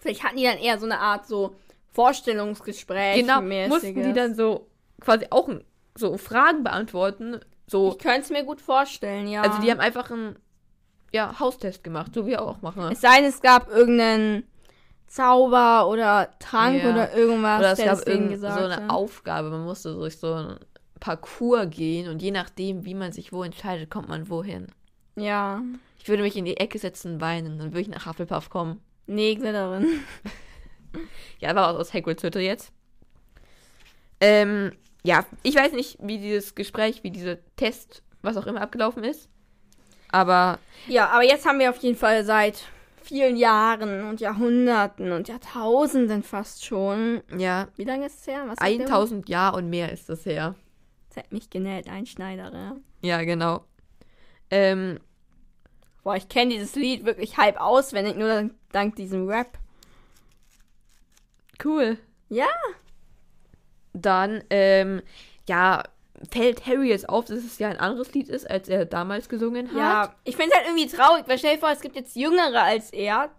Speaker 1: Vielleicht hatten die dann eher so eine Art so Vorstellungsgespräch.
Speaker 2: genau, mussten die dann so quasi auch ein- so Fragen beantworten, so
Speaker 1: Ich könnte es mir gut vorstellen, ja.
Speaker 2: also die haben einfach einen ja, Haustest gemacht, so wie wir auch ne? machen.
Speaker 1: Es sei denn, es gab irgendeinen Zauber oder Trank
Speaker 2: Ja.
Speaker 1: oder irgendwas,
Speaker 2: Oder es
Speaker 1: der
Speaker 2: gab
Speaker 1: das denen
Speaker 2: irgend so
Speaker 1: gesagt
Speaker 2: eine
Speaker 1: hat.
Speaker 2: Aufgabe, man musste durch so ein Parcours gehen und je nachdem, wie man sich wo entscheidet, kommt man wohin.
Speaker 1: Ja.
Speaker 2: Ich würde mich in die Ecke setzen, weinen, dann würde ich nach Hufflepuff kommen.
Speaker 1: Nee, Glitterin.
Speaker 2: Ja, war aus Hagrids Hütte jetzt. Ähm, ja, ich weiß nicht, wie dieses Gespräch, wie dieser Test, was auch immer abgelaufen ist. Aber
Speaker 1: Ja, aber jetzt haben wir auf jeden Fall seit vielen Jahren und Jahrhunderten und Jahrtausenden fast schon.
Speaker 2: ja,
Speaker 1: Wie lange ist es her? Was sagt der
Speaker 2: 1000 Jahre und mehr ist das her.
Speaker 1: Hund? Das hat mich genäht, ein Schneider. Ja.
Speaker 2: Ja, genau. Ähm,
Speaker 1: Boah, ich kenne dieses Lied wirklich halb auswendig, nur dank, dank diesem Rap.
Speaker 2: cool.
Speaker 1: Ja.
Speaker 2: Dann, ähm, ja, fällt Harry jetzt auf, dass es ja ein anderes Lied ist, als er damals gesungen hat.
Speaker 1: Ja, ich finde es halt irgendwie traurig, weil stell dir vor, es gibt jetzt Jüngere als er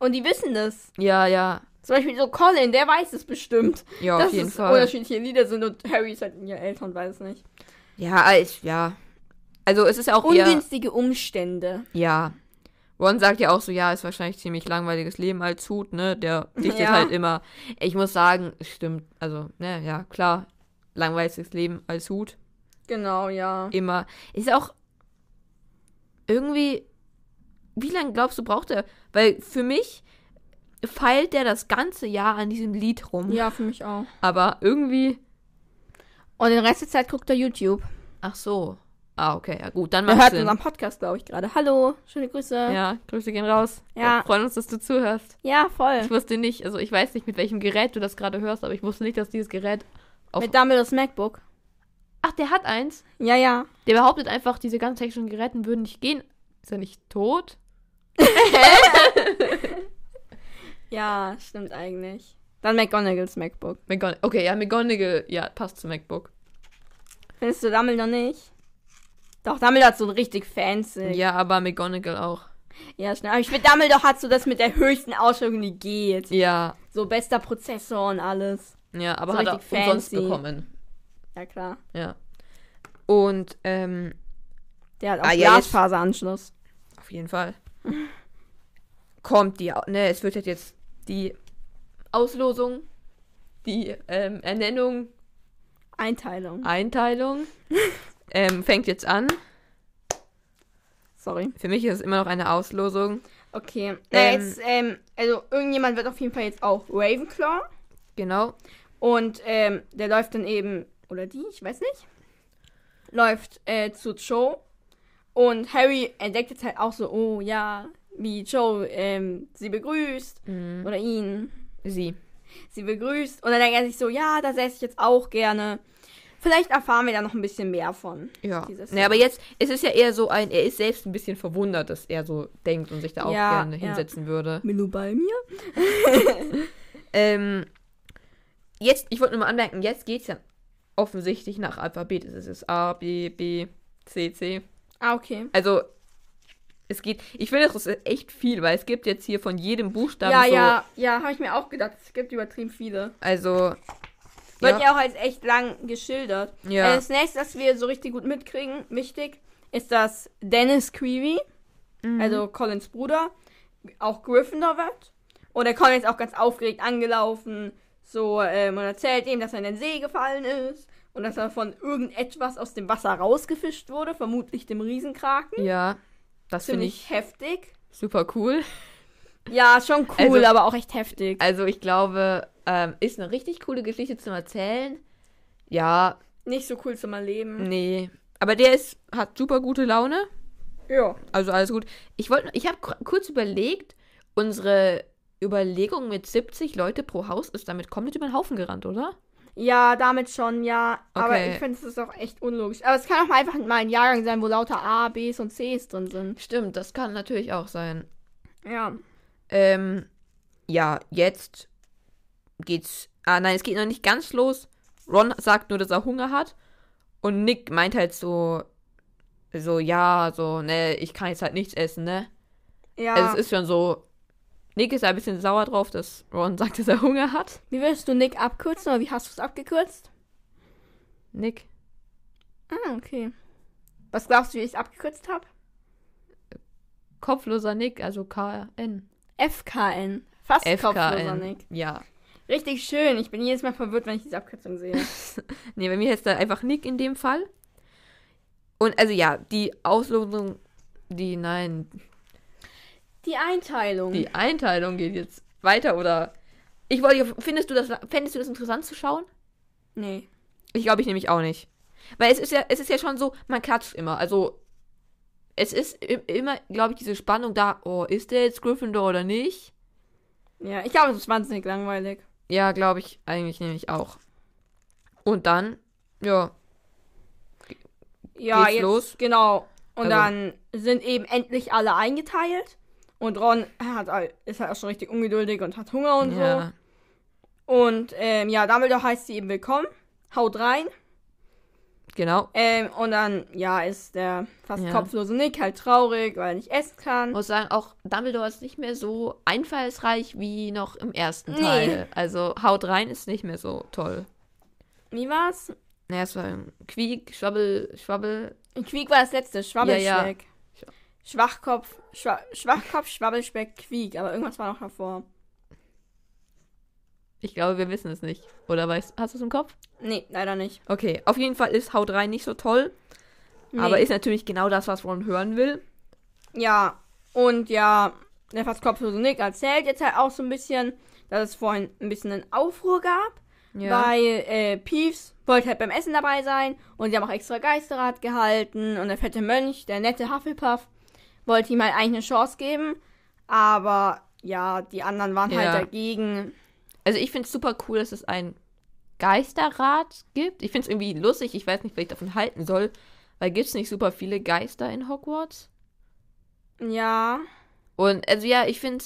Speaker 1: und die wissen das.
Speaker 2: Ja, ja.
Speaker 1: Zum Beispiel so Colin, der weiß es bestimmt,
Speaker 2: Ja,
Speaker 1: dass
Speaker 2: auf jeden
Speaker 1: es
Speaker 2: Fall.
Speaker 1: unterschiedliche Lieder sind und Harry ist halt ihr Eltern, weiß es nicht.
Speaker 2: Ja, ah, ich, ja. Also es ist ja auch eher...
Speaker 1: Ungünstige Umstände.
Speaker 2: Ja. Ron sagt ja auch so, ja, ist wahrscheinlich ziemlich langweiliges Leben als Hut, ne? Der dichtet
Speaker 1: Ja.
Speaker 2: halt immer. Ich muss sagen, es stimmt. Also, ne, ja, klar. Langweiliges Leben als Hut.
Speaker 1: Genau, ja.
Speaker 2: Immer. Ist auch irgendwie. Wie lange glaubst du, braucht er? Weil für mich feilt der das ganze Jahr an diesem Lied rum.
Speaker 1: Ja, für mich auch.
Speaker 2: Aber irgendwie.
Speaker 1: Und den Rest der Zeit guckt er YouTube.
Speaker 2: Ach so. Ah, okay. Ja, gut, dann
Speaker 1: Er
Speaker 2: macht
Speaker 1: hört
Speaker 2: Sinn.
Speaker 1: unseren Podcast, glaube ich, gerade. Hallo, schöne Grüße. Ja,
Speaker 2: Ja, Grüße gehen raus.
Speaker 1: Ja.
Speaker 2: Wir freuen uns, dass du zuhörst.
Speaker 1: voll.
Speaker 2: Ich wusste nicht, also ich weiß nicht, mit welchem Gerät du das gerade hörst, aber ich wusste nicht, dass dieses Gerät. Auf-
Speaker 1: Mit Dumbledore's MacBook.
Speaker 2: Ach, der hat eins.
Speaker 1: Ja, ja.
Speaker 2: Der behauptet einfach, diese ganzen technischen Geräten würden nicht gehen. Ist er nicht tot?
Speaker 1: Ja, stimmt eigentlich. Dann McGonagalls MacBook.
Speaker 2: McGon okay, ja, McGonagall, ja, passt zu MacBook.
Speaker 1: Findest du Dumbledore nicht? Doch, Dumbledore hat so ein richtig fancy. Ja,
Speaker 2: Ja, aber McGonagall auch.
Speaker 1: schnell. Aber ich finde, Dumbledore hat so das mit der höchsten Ausschreibung, die geht.
Speaker 2: Ja,
Speaker 1: So bester Prozessor und alles.
Speaker 2: ja, aber
Speaker 1: So
Speaker 2: hat er
Speaker 1: richtig
Speaker 2: umsonst
Speaker 1: fancy.
Speaker 2: bekommen.
Speaker 1: Ja, klar.
Speaker 2: Ja. Und, ähm,
Speaker 1: Der hat auch
Speaker 2: Ah, ja, jetzt-
Speaker 1: Glasfaseranschluss.
Speaker 2: Auf jeden Fall. [laughs] Kommt die, Au- ne, es wird halt jetzt die Auslosung, die ähm, Ernennung,
Speaker 1: Einteilung.
Speaker 2: [laughs] Einteilung ähm, fängt jetzt an.
Speaker 1: Sorry.
Speaker 2: Für mich ist es immer noch eine Auslosung.
Speaker 1: Okay. Na,
Speaker 2: Ähm.
Speaker 1: jetzt, ähm, also irgendjemand wird auf jeden Fall jetzt auch Ravenclaw.
Speaker 2: Genau.
Speaker 1: Und ähm, der läuft dann eben, oder die, ich weiß nicht, läuft äh, zu Joe. Und Harry entdeckt jetzt halt auch so, oh ja, wie Joe ähm, sie begrüßt.
Speaker 2: Mhm.
Speaker 1: Oder ihn.
Speaker 2: Sie.
Speaker 1: Sie begrüßt. Und dann denkt er sich so, ja, da säße ich jetzt auch gerne. Vielleicht erfahren wir da noch ein bisschen mehr von.
Speaker 2: Ja.
Speaker 1: Dieses
Speaker 2: Ne,
Speaker 1: Jahr.
Speaker 2: aber jetzt, es ist ja eher so ein, er ist selbst ein bisschen verwundert, dass er so denkt und sich da auch
Speaker 1: Ja,
Speaker 2: gerne
Speaker 1: ja.
Speaker 2: hinsetzen würde.
Speaker 1: Milou bei mir?
Speaker 2: Ähm, jetzt, ich wollte nur mal anmerken, jetzt geht's ja offensichtlich nach Alphabet. Es ist jetzt A, B, B, C, C.
Speaker 1: Ah, okay.
Speaker 2: Also, es geht. Ich finde, das ist echt viel, weil es gibt jetzt hier von jedem Buchstaben
Speaker 1: ja,
Speaker 2: so.
Speaker 1: ja, ja, habe ich mir auch gedacht. Es gibt übertrieben viele.
Speaker 2: Also.
Speaker 1: Wird
Speaker 2: Ja,
Speaker 1: ja auch als echt lang geschildert. Äh,
Speaker 2: ja.
Speaker 1: Das nächste, das wir so richtig gut mitkriegen, wichtig, ist, dass Dennis Creevy,
Speaker 2: Mhm.
Speaker 1: also Collins Bruder, auch Gryffindor wird. Und der Colin ist auch ganz aufgeregt angelaufen. So, ähm, und erzählt ihm, dass er in den See gefallen ist. Und dass er von irgendetwas aus dem Wasser rausgefischt wurde, vermutlich dem Riesenkraken.
Speaker 2: Ja. Das finde ich
Speaker 1: Ziemlich heftig.
Speaker 2: super cool.
Speaker 1: Ja, schon cool,
Speaker 2: Also-
Speaker 1: aber auch echt heftig.
Speaker 2: Also, ich glaube, ähm, ist eine richtig coole Geschichte zum Erzählen. Ja,
Speaker 1: Nicht so cool zum Erleben.
Speaker 2: nee. Aber der ist, hat super gute Laune.
Speaker 1: Ja.
Speaker 2: Also alles gut. Ich wollte, ich habe kurz überlegt, unsere Überlegung mit 70 Leute pro Haus ist damit komplett über den Haufen gerannt, oder?
Speaker 1: Ja, damit schon, ja. Aber
Speaker 2: Okay.
Speaker 1: ich finde, es ist auch echt unlogisch. Aber es kann auch mal einfach mal ein Jahrgang sein, wo lauter A, Bs und Cs drin sind.
Speaker 2: Stimmt, das kann natürlich auch sein.
Speaker 1: Ja.
Speaker 2: Ähm, ja, jetzt geht's. Ah, nein, es geht noch nicht ganz los. Ron sagt nur, dass er Hunger hat. Und Nick meint halt so, so, ja, so, ne, ich kann jetzt halt nichts essen, ne?
Speaker 1: Ja.
Speaker 2: Also es ist schon so. Nick ist da ein bisschen sauer drauf, dass Ron [laughs] sagt, dass er Hunger hat.
Speaker 1: wie würdest du Nick abkürzen oder wie hast du es abgekürzt?
Speaker 2: Nick.
Speaker 1: Ah, okay. Was glaubst du, wie ich es abgekürzt habe?
Speaker 2: Kopfloser Nick, also KN.
Speaker 1: FKN. Fast kopfloser Nick.
Speaker 2: Ja.
Speaker 1: Richtig schön. Ich bin jedes Mal verwirrt, wenn ich diese Abkürzung sehe.
Speaker 2: [laughs] Nee, bei mir heißt er einfach Nick in dem Fall. Und also ja, die Auslosung, die, nein,
Speaker 1: Die Einteilung.
Speaker 2: die Einteilung geht jetzt weiter oder. Ich wollte, findest du das, fändest du das interessant zu schauen?
Speaker 1: Nee.
Speaker 2: Ich glaube, ich nämlich auch nicht. Weil es ist ja, es ist ja schon so, man klatscht immer. Also, es ist i- immer, glaube ich, diese Spannung da, oh, ist der jetzt Gryffindor oder nicht?
Speaker 1: Ja, ich glaube, es ist wahnsinnig langweilig.
Speaker 2: Ja, glaube ich eigentlich nämlich auch. Und dann, ja,
Speaker 1: Ja,
Speaker 2: Geht's
Speaker 1: jetzt,
Speaker 2: los?
Speaker 1: Genau. Und
Speaker 2: Also-
Speaker 1: dann sind eben endlich alle eingeteilt. Und Ron hat, all- ist halt auch schon richtig ungeduldig und hat Hunger und
Speaker 2: ja.
Speaker 1: so. Und ähm, ja, Dumbledore heißt sie eben willkommen. Haut rein.
Speaker 2: Genau.
Speaker 1: Ähm, und dann, ja, ist der fast
Speaker 2: Ja.
Speaker 1: kopflose Nick halt traurig, weil er nicht essen kann.
Speaker 2: muss sagen, auch Dumbledore ist nicht mehr so einfallsreich wie noch im ersten
Speaker 1: Nee.
Speaker 2: Teil. Also haut rein ist nicht mehr so toll.
Speaker 1: Wie war's?
Speaker 2: Naja, es war ein Quiek, Schwabbel, Schwabbel.
Speaker 1: Quiek war das letzte. Schwabbelschweck.
Speaker 2: Ja, ja.
Speaker 1: Schwachkopf, Schwa Schwachkopf, Schwabbelspeck, Quiek. Aber irgendwas war noch davor.
Speaker 2: Ich glaube, wir wissen es nicht. Oder weißt, hast du es im Kopf?
Speaker 1: Nee, leider nicht.
Speaker 2: Okay, auf jeden Fall ist haut rein nicht so toll,
Speaker 1: Nee.
Speaker 2: aber ist natürlich genau das, was Ron hören will.
Speaker 1: Ja, und ja, der fast kopflose Nick erzählt jetzt halt auch so ein bisschen, dass es vorhin ein bisschen einen Aufruhr gab, weil äh, Peeves wollte halt beim Essen dabei sein und sie haben auch extra Geisterrat gehalten und der fette Mönch, der nette Hufflepuff, wollte ihm halt eigentlich eine Chance geben, aber ja, die anderen waren
Speaker 2: Ja.
Speaker 1: halt dagegen.
Speaker 2: Also ich finde es super cool, dass es ein Geisterrat gibt. Ich finde es irgendwie lustig, ich weiß nicht, was ich davon halten soll, weil gibt es nicht super viele Geister in Hogwarts?
Speaker 1: Ja,
Speaker 2: Und also ja, ich finde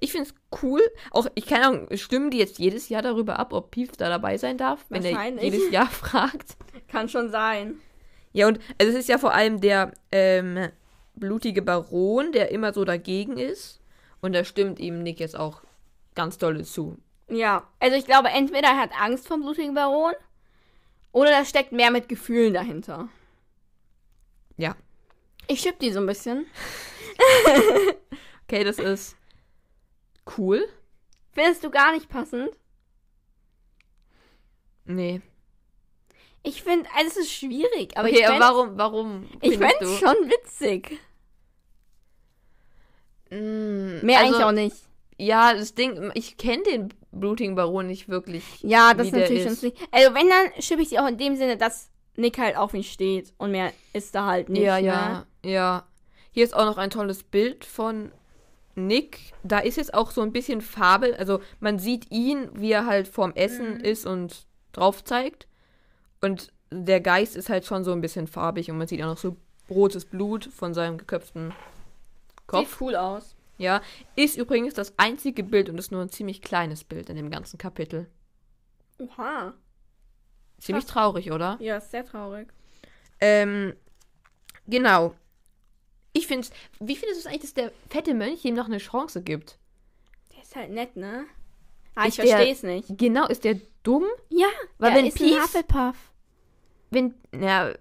Speaker 2: ich find's cool. Auch ich keine Ahnung, stimmen die jetzt jedes Jahr darüber ab, ob Pief da dabei sein darf, wenn er
Speaker 1: Wahrscheinlich.
Speaker 2: jedes Jahr [laughs] fragt.
Speaker 1: kann schon sein.
Speaker 2: Ja, und also es ist ja vor allem der ähm, blutige Baron, der immer so dagegen ist. Und da stimmt ihm Nick jetzt auch ganz dolle zu.
Speaker 1: Ja, also ich glaube, entweder er hat Angst vom blutigen Baron oder da steckt mehr mit Gefühlen dahinter.
Speaker 2: Ja.
Speaker 1: Ich schipp die so ein bisschen.
Speaker 2: Okay, das ist cool.
Speaker 1: Findest du gar nicht passend?
Speaker 2: Nee.
Speaker 1: Ich finde, also es ist schwierig, aber
Speaker 2: okay,
Speaker 1: ich
Speaker 2: aber
Speaker 1: fände
Speaker 2: warum, warum?
Speaker 1: ich
Speaker 2: findest
Speaker 1: fänd's schon witzig.
Speaker 2: du? Mm,
Speaker 1: Mehr
Speaker 2: also,
Speaker 1: eigentlich auch nicht.
Speaker 2: Ja, das Ding, ich kenne den blutigen Baron nicht wirklich.
Speaker 1: Ja, das
Speaker 2: wie
Speaker 1: ist
Speaker 2: der
Speaker 1: natürlich
Speaker 2: ist.
Speaker 1: schon schwierig. Also wenn, dann schippe ich sie auch in dem Sinne, dass Nick halt auf ihn steht und mehr ist da halt nicht.
Speaker 2: ja,
Speaker 1: ne?
Speaker 2: ja, ja. Hier ist auch noch ein tolles Bild von Nick. Da ist jetzt auch so ein bisschen Farbe. Also man sieht ihn, wie er halt vorm Essen ist und drauf zeigt. Und der Geist ist halt schon so ein bisschen farbig und man sieht auch noch so rotes Blut von seinem geköpften Kopf.
Speaker 1: Sieht cool aus.
Speaker 2: Ja, ist übrigens das einzige Bild und ist nur ein ziemlich kleines Bild in dem ganzen Kapitel.
Speaker 1: Oha.
Speaker 2: Ziemlich traurig, oder?
Speaker 1: Ja, ist sehr traurig.
Speaker 2: Ähm, genau. Ich finde, wie findest du es eigentlich, dass der fette Mönch ihm noch eine Chance gibt?
Speaker 1: Der ist halt nett, ne? Ah, ich
Speaker 2: Ist der-
Speaker 1: verstehe es nicht.
Speaker 2: Genau, ist der dumm?
Speaker 1: Ja,
Speaker 2: Weil
Speaker 1: er
Speaker 2: wenn
Speaker 1: ist ein
Speaker 2: Peeves-
Speaker 1: Hufflepuff.
Speaker 2: Wenn, na,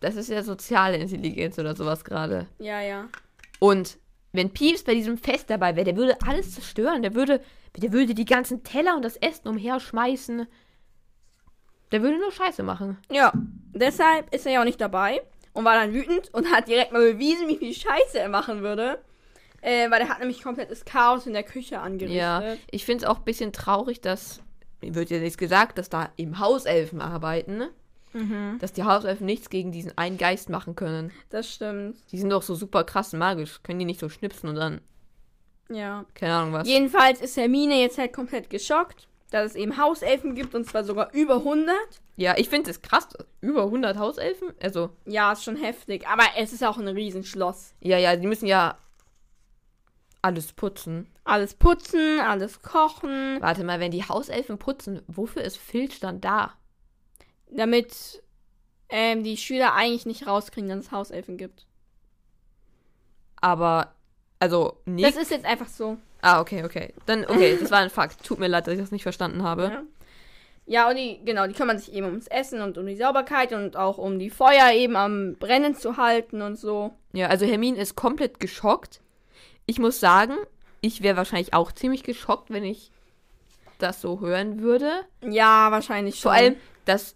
Speaker 2: das ist ja soziale Intelligenz oder sowas gerade.
Speaker 1: Ja, ja.
Speaker 2: Und wenn Peeves bei diesem Fest dabei wäre, der würde alles zerstören. Der würde, der würde die ganzen Teller und das Essen umherschmeißen. Der würde nur Scheiße machen.
Speaker 1: Ja, deshalb ist er ja auch nicht dabei und war dann wütend und hat direkt mal bewiesen, wie viel Scheiße er machen würde. Äh, weil er hat nämlich komplettes Chaos in der Küche angerichtet.
Speaker 2: Ja, ich finde es auch ein bisschen traurig, dass, mir wird ja nichts gesagt, dass da eben Hauselfen arbeiten. ne? Dass die Hauselfen nichts gegen diesen einen Geist machen können.
Speaker 1: Das stimmt.
Speaker 2: Die sind doch so super krass magisch. Können die nicht so schnipsen und dann,
Speaker 1: Ja.
Speaker 2: keine Ahnung was.
Speaker 1: Jedenfalls ist Hermine jetzt halt komplett geschockt, dass es eben Hauselfen gibt und zwar sogar über 100.
Speaker 2: Ja, ich finde es krass. Über 100 Hauselfen? Also,
Speaker 1: Ja, ist schon heftig, aber es ist auch ein Riesenschloss.
Speaker 2: ja, ja, die müssen ja alles putzen.
Speaker 1: Alles putzen, alles kochen,
Speaker 2: Warte mal, wenn die Hauselfen putzen, wofür ist Filch dann da?
Speaker 1: damit ähm, die Schüler eigentlich nicht rauskriegen, dass es Hauselfen gibt.
Speaker 2: Aber, also,
Speaker 1: Das
Speaker 2: nicht.
Speaker 1: ist jetzt einfach so.
Speaker 2: Ah, okay, okay. Dann, okay, das war ein Fakt. Tut mir leid, dass ich das nicht verstanden habe.
Speaker 1: Ja. Ja, und die, genau, die kümmern sich eben ums Essen und um die Sauberkeit und auch um die Feuer eben am Brennen zu halten und so.
Speaker 2: Ja, also Hermine ist komplett geschockt. Ich muss sagen, ich wäre wahrscheinlich auch ziemlich geschockt, wenn ich das so hören würde.
Speaker 1: Ja, wahrscheinlich schon.
Speaker 2: Vor allem, dass.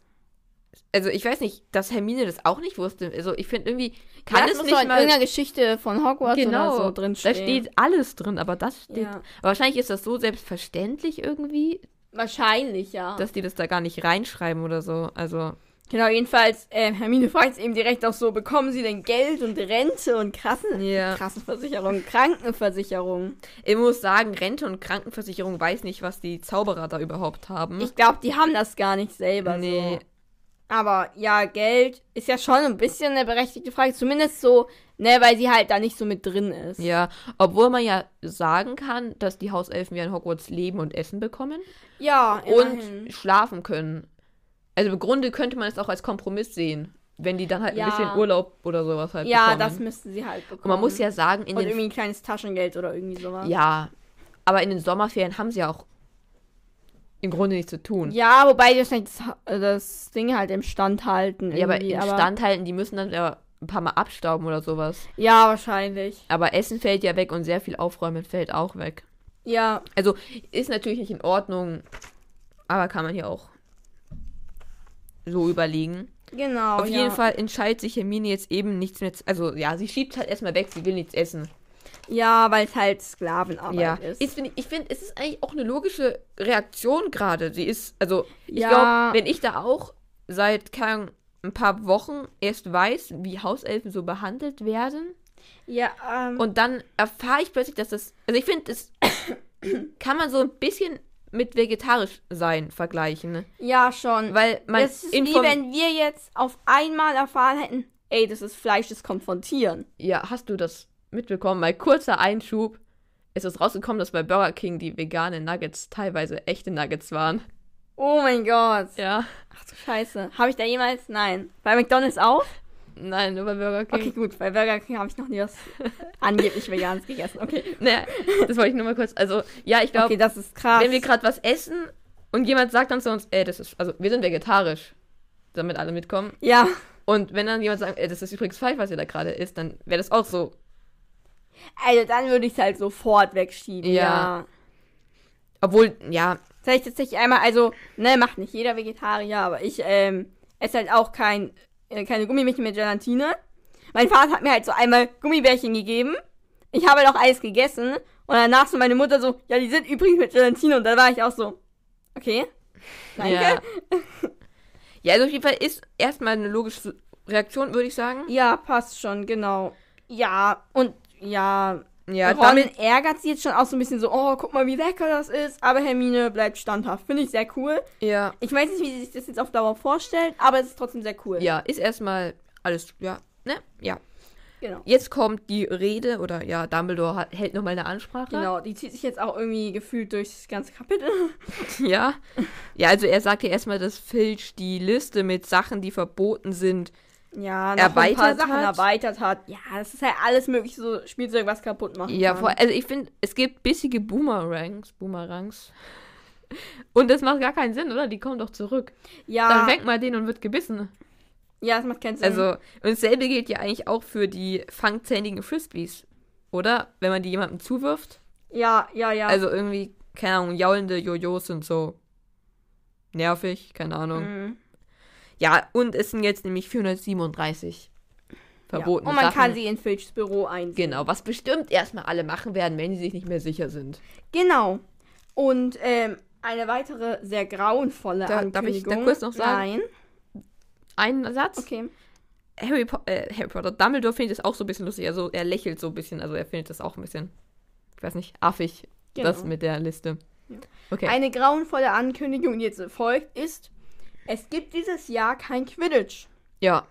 Speaker 2: Also, ich weiß nicht, dass Hermine das auch nicht wusste. Also, ich finde irgendwie, kann
Speaker 1: kann ja, das
Speaker 2: es
Speaker 1: muss
Speaker 2: nicht
Speaker 1: doch in
Speaker 2: mal.
Speaker 1: irgendeiner Geschichte von Hogwarts
Speaker 2: Genau,
Speaker 1: oder so drin
Speaker 2: da steht alles drin, aber das steht.
Speaker 1: Ja.
Speaker 2: Aber wahrscheinlich ist das so selbstverständlich irgendwie,
Speaker 1: Wahrscheinlich, ja.
Speaker 2: dass die das da gar nicht reinschreiben oder so. Also,
Speaker 1: genau, jedenfalls, ähm, Hermine fragt es eben direkt auch so, bekommen sie denn Geld und Rente und krassen,
Speaker 2: Ja.
Speaker 1: Kassenversicherung, Krankenversicherung?
Speaker 2: ich muss sagen, Rente und Krankenversicherung weiß nicht, was die Zauberer da überhaupt haben.
Speaker 1: Ich glaube, die haben das gar nicht selber
Speaker 2: Hm? Nee.
Speaker 1: so. Aber ja, Geld ist ja schon ein bisschen eine berechtigte Frage. Zumindest so, ne, weil sie halt da nicht so mit drin ist.
Speaker 2: ja, obwohl man ja sagen kann, dass die Hauselfen ja in Hogwarts leben und Essen bekommen
Speaker 1: Ja, immerhin.
Speaker 2: und schlafen können. Also im Grunde könnte man es auch als Kompromiss sehen, wenn die dann halt
Speaker 1: Ja.
Speaker 2: ein bisschen Urlaub oder sowas halt
Speaker 1: ja,
Speaker 2: bekommen.
Speaker 1: das müssten sie halt bekommen.
Speaker 2: und man muss ja sagen, in
Speaker 1: Und
Speaker 2: den
Speaker 1: irgendwie ein kleines Taschengeld oder irgendwie sowas.
Speaker 2: ja, aber in den Sommerferien haben sie ja auch im Grunde nichts zu tun.
Speaker 1: Ja, wobei die wahrscheinlich das, Ha- das Ding halt im Stand halten.
Speaker 2: Ja, aber
Speaker 1: irgendwie,
Speaker 2: instand halten, die müssen dann ja ein paar Mal abstauben oder sowas.
Speaker 1: Ja, wahrscheinlich.
Speaker 2: Aber Essen fällt ja weg und sehr viel Aufräumen fällt auch weg.
Speaker 1: Ja,
Speaker 2: Also ist natürlich nicht in Ordnung, aber kann man ja auch so überlegen.
Speaker 1: genau.
Speaker 2: Auf
Speaker 1: ja.
Speaker 2: jeden Fall entscheidet sich Hermine jetzt eben nichts mehr. zu- Also ja, sie schiebt halt erstmal weg, sie will nichts essen.
Speaker 1: Ja, weil es halt Sklavenarbeit
Speaker 2: ja,
Speaker 1: ist.
Speaker 2: ich finde, ich find, es ist eigentlich auch eine logische Reaktion gerade. Sie ist, also ich
Speaker 1: Ja.
Speaker 2: glaube, wenn ich da auch seit keine Ahnung, ein paar Wochen erst weiß, wie Hauselfen so behandelt werden,
Speaker 1: Ja, ähm,
Speaker 2: Und dann erfahre ich plötzlich, dass das. Also ich finde, das [coughs] kann man so ein bisschen mit vegetarisch sein vergleichen. Ne?
Speaker 1: ja schon.
Speaker 2: Weil man
Speaker 1: das ist wie
Speaker 2: inform-
Speaker 1: wenn wir jetzt auf einmal erfahren hätten, ey, das ist Fleisch, das kommt von Tieren.
Speaker 2: Ja, hast du das mitbekommen? Mal kurzer Einschub. Es ist rausgekommen, dass bei Burger King die veganen Nuggets teilweise echte Nuggets waren.
Speaker 1: Oh mein Gott.
Speaker 2: Ja.
Speaker 1: Ach du Scheiße. Habe ich da jemals? Nein. Bei McDonalds auch?
Speaker 2: Nein, nur bei Burger King.
Speaker 1: Okay, gut. Bei Burger King habe ich noch nie was [laughs] angeblich Veganes gegessen. Okay,
Speaker 2: [laughs] Naja, das wollte ich nur mal kurz. Also, ja, ich glaube,
Speaker 1: okay das ist krass.
Speaker 2: wenn wir gerade was essen und jemand sagt dann zu uns, ey, das ist. Also, wir sind vegetarisch. Damit alle mitkommen.
Speaker 1: ja.
Speaker 2: Und wenn dann jemand sagt, ey, das ist übrigens falsch, was ihr da gerade isst, dann wäre das auch so.
Speaker 1: Also dann würde ich es halt sofort wegschieben.
Speaker 2: Ja.
Speaker 1: Ja.
Speaker 2: Obwohl, ja,
Speaker 1: Das heißt tatsächlich einmal, also, ne, macht nicht jeder Vegetarier, aber ich ähm, esse halt auch kein, äh, keine Gummibärchen mit Gelatine. Mein Vater hat mir halt so einmal Gummibärchen gegeben. Ich habe halt auch Eis gegessen. Und danach so meine Mutter so, ja, die sind übrigens mit Gelatine. Und dann war ich auch so, okay, danke.
Speaker 2: Ja. ja, also auf jeden Fall ist erstmal eine logische Reaktion, würde ich sagen.
Speaker 1: Ja, passt schon, genau. Ja, und ja,
Speaker 2: Ja,
Speaker 1: Ron
Speaker 2: damit,
Speaker 1: ärgert sie jetzt schon auch so ein bisschen so, oh, guck mal, wie lecker das ist. Aber Hermine bleibt standhaft. Finde ich sehr cool.
Speaker 2: ja,
Speaker 1: Ich weiß nicht, wie sie sich das jetzt auf Dauer vorstellt, aber es ist trotzdem sehr cool.
Speaker 2: ja, ist erstmal alles, ja, ne, ja.
Speaker 1: Genau.
Speaker 2: Jetzt kommt die Rede, oder ja, Dumbledore hat, hält nochmal eine Ansprache.
Speaker 1: Genau, die zieht sich jetzt auch irgendwie gefühlt durchs ganze Kapitel.
Speaker 2: [laughs]
Speaker 1: [laughs]
Speaker 2: Ja. Ja, also er sagt ja erstmal, dass Filch die Liste mit Sachen, die verboten sind.
Speaker 1: Ja,
Speaker 2: Erweitert
Speaker 1: ein paar Sachen
Speaker 2: hat.
Speaker 1: erweitert hat. Ja, das ist halt alles mögliche so Spielzeug, was kaputt macht.
Speaker 2: Ja, vor, also ich finde, es gibt bissige Boomerangs, Boomerangs. Und das macht gar keinen Sinn, oder? Die kommen doch zurück. Dann
Speaker 1: ja,
Speaker 2: fängt mal den und wird gebissen.
Speaker 1: ja, das macht keinen Ah. Sinn.
Speaker 2: Also, und dasselbe gilt ja eigentlich auch für die fangzähnigen Frisbees, oder? Wenn man die jemandem zuwirft.
Speaker 1: ja, ja, ja.
Speaker 2: Also irgendwie, keine Ahnung, jaulende Jojos sind so nervig, keine Ahnung.
Speaker 1: Mhm.
Speaker 2: Ja, und es sind jetzt nämlich 437 verboten.
Speaker 1: Ja. Und man
Speaker 2: Sachen.
Speaker 1: kann sie in Filchs Büro einsehen.
Speaker 2: Genau, was bestimmt erstmal alle machen werden, wenn sie sich nicht mehr sicher sind.
Speaker 1: Genau. Und ähm, eine weitere sehr grauenvolle
Speaker 2: Da- darf ich
Speaker 1: Ankündigung.
Speaker 2: da kurz noch sagen?
Speaker 1: Nein.
Speaker 2: Ein Satz.
Speaker 1: Okay.
Speaker 2: Harry, po äh, Harry Potter, Dumbledore findet das auch so ein bisschen lustig. Also er lächelt so ein bisschen, also er findet das auch ein bisschen, ich weiß nicht, affig,
Speaker 1: Genau.
Speaker 2: das mit der Liste.
Speaker 1: Ja.
Speaker 2: Okay.
Speaker 1: Eine grauenvolle Ankündigung, die jetzt folgt, ist, es gibt dieses Jahr kein Quidditch.
Speaker 2: ja.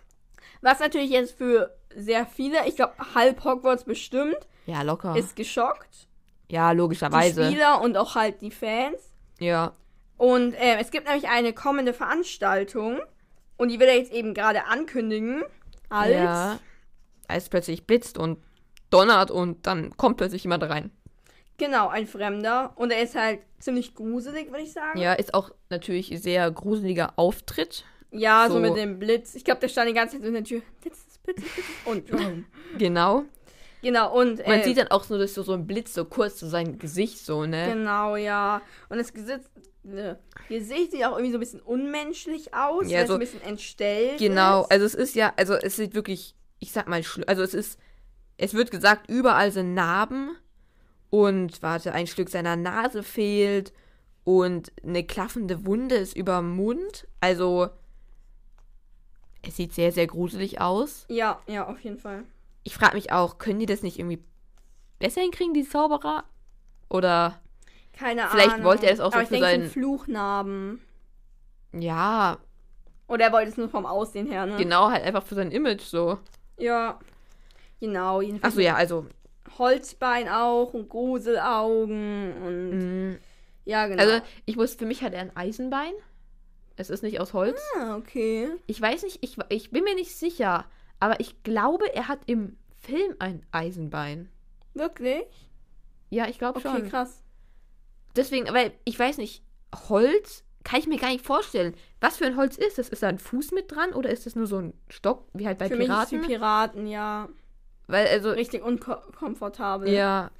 Speaker 1: Was natürlich jetzt für sehr viele, ich glaube halb Hogwarts bestimmt,
Speaker 2: Ja, locker.
Speaker 1: ist geschockt.
Speaker 2: ja,
Speaker 1: Die
Speaker 2: logischerweise.
Speaker 1: Spieler und auch halt die Fans.
Speaker 2: Ja.
Speaker 1: Und ähm, es gibt nämlich eine kommende Veranstaltung und die will er jetzt eben gerade ankündigen. Als
Speaker 2: Ja. Als plötzlich blitzt und donnert und dann kommt plötzlich jemand rein.
Speaker 1: genau ein Fremder und er ist halt ziemlich gruselig, würde ich sagen.
Speaker 2: Ja, ist auch natürlich sehr gruseliger Auftritt.
Speaker 1: Ja, so,
Speaker 2: So.
Speaker 1: mit dem Blitz. Ich glaube, der stand die ganze Zeit so in der Tür. Blitz, Blitz, Blitz.
Speaker 2: [laughs]
Speaker 1: Und
Speaker 2: Genau.
Speaker 1: genau und
Speaker 2: Man
Speaker 1: äh,
Speaker 2: sieht dann auch so, dass so, so ein Blitz so kurz zu seinem Gesicht so, ne?
Speaker 1: Genau, ja. Und das Gesicht, äh, Gesicht sieht auch irgendwie so ein bisschen unmenschlich aus,
Speaker 2: Ja,
Speaker 1: weil
Speaker 2: so-
Speaker 1: es ein bisschen entstellt
Speaker 2: Genau.
Speaker 1: ist.
Speaker 2: Also es ist ja, also es sieht wirklich, ich sag mal, schli- also es ist, es wird gesagt, überall sind Narben und warte, ein Stück seiner Nase fehlt und eine klaffende Wunde ist über dem Mund. Also es sieht sehr, sehr gruselig aus.
Speaker 1: Ja, ja, auf jeden Fall.
Speaker 2: Ich frage mich auch, können die das nicht irgendwie besser hinkriegen, die Zauberer? Oder
Speaker 1: Keine Ahnung.
Speaker 2: Vielleicht wollte er es auch so
Speaker 1: Aber ich
Speaker 2: für
Speaker 1: denke, es sind
Speaker 2: seinen-
Speaker 1: Fluchnarben.
Speaker 2: ja,
Speaker 1: Oder er wollte es nur vom Aussehen her, ne?
Speaker 2: genau, halt einfach für sein Image so.
Speaker 1: Ja. Genau, jedenfalls.
Speaker 2: Achso, ja, also
Speaker 1: Holzbein auch und Gruselaugen und. Ja, genau.
Speaker 2: Mhm. Also, ich muss, für mich hat er ein Eisenbein. Es ist nicht aus Holz.
Speaker 1: ah, okay.
Speaker 2: Ich weiß nicht, ich, ich bin mir nicht sicher, aber ich glaube, er hat im Film ein Eisenbein.
Speaker 1: Wirklich?
Speaker 2: Ja, ich glaube
Speaker 1: Okay,
Speaker 2: schon.
Speaker 1: krass.
Speaker 2: Deswegen, weil ich weiß nicht, Holz kann ich mir gar nicht vorstellen. Was für ein Holz ist das? Ist da ein Fuß mit dran oder ist das nur so ein Stock, wie halt bei
Speaker 1: Für mich ist die
Speaker 2: Piraten?
Speaker 1: Piraten, ja.
Speaker 2: weil, also,
Speaker 1: Richtig ne? unkomfortabel.
Speaker 2: ja,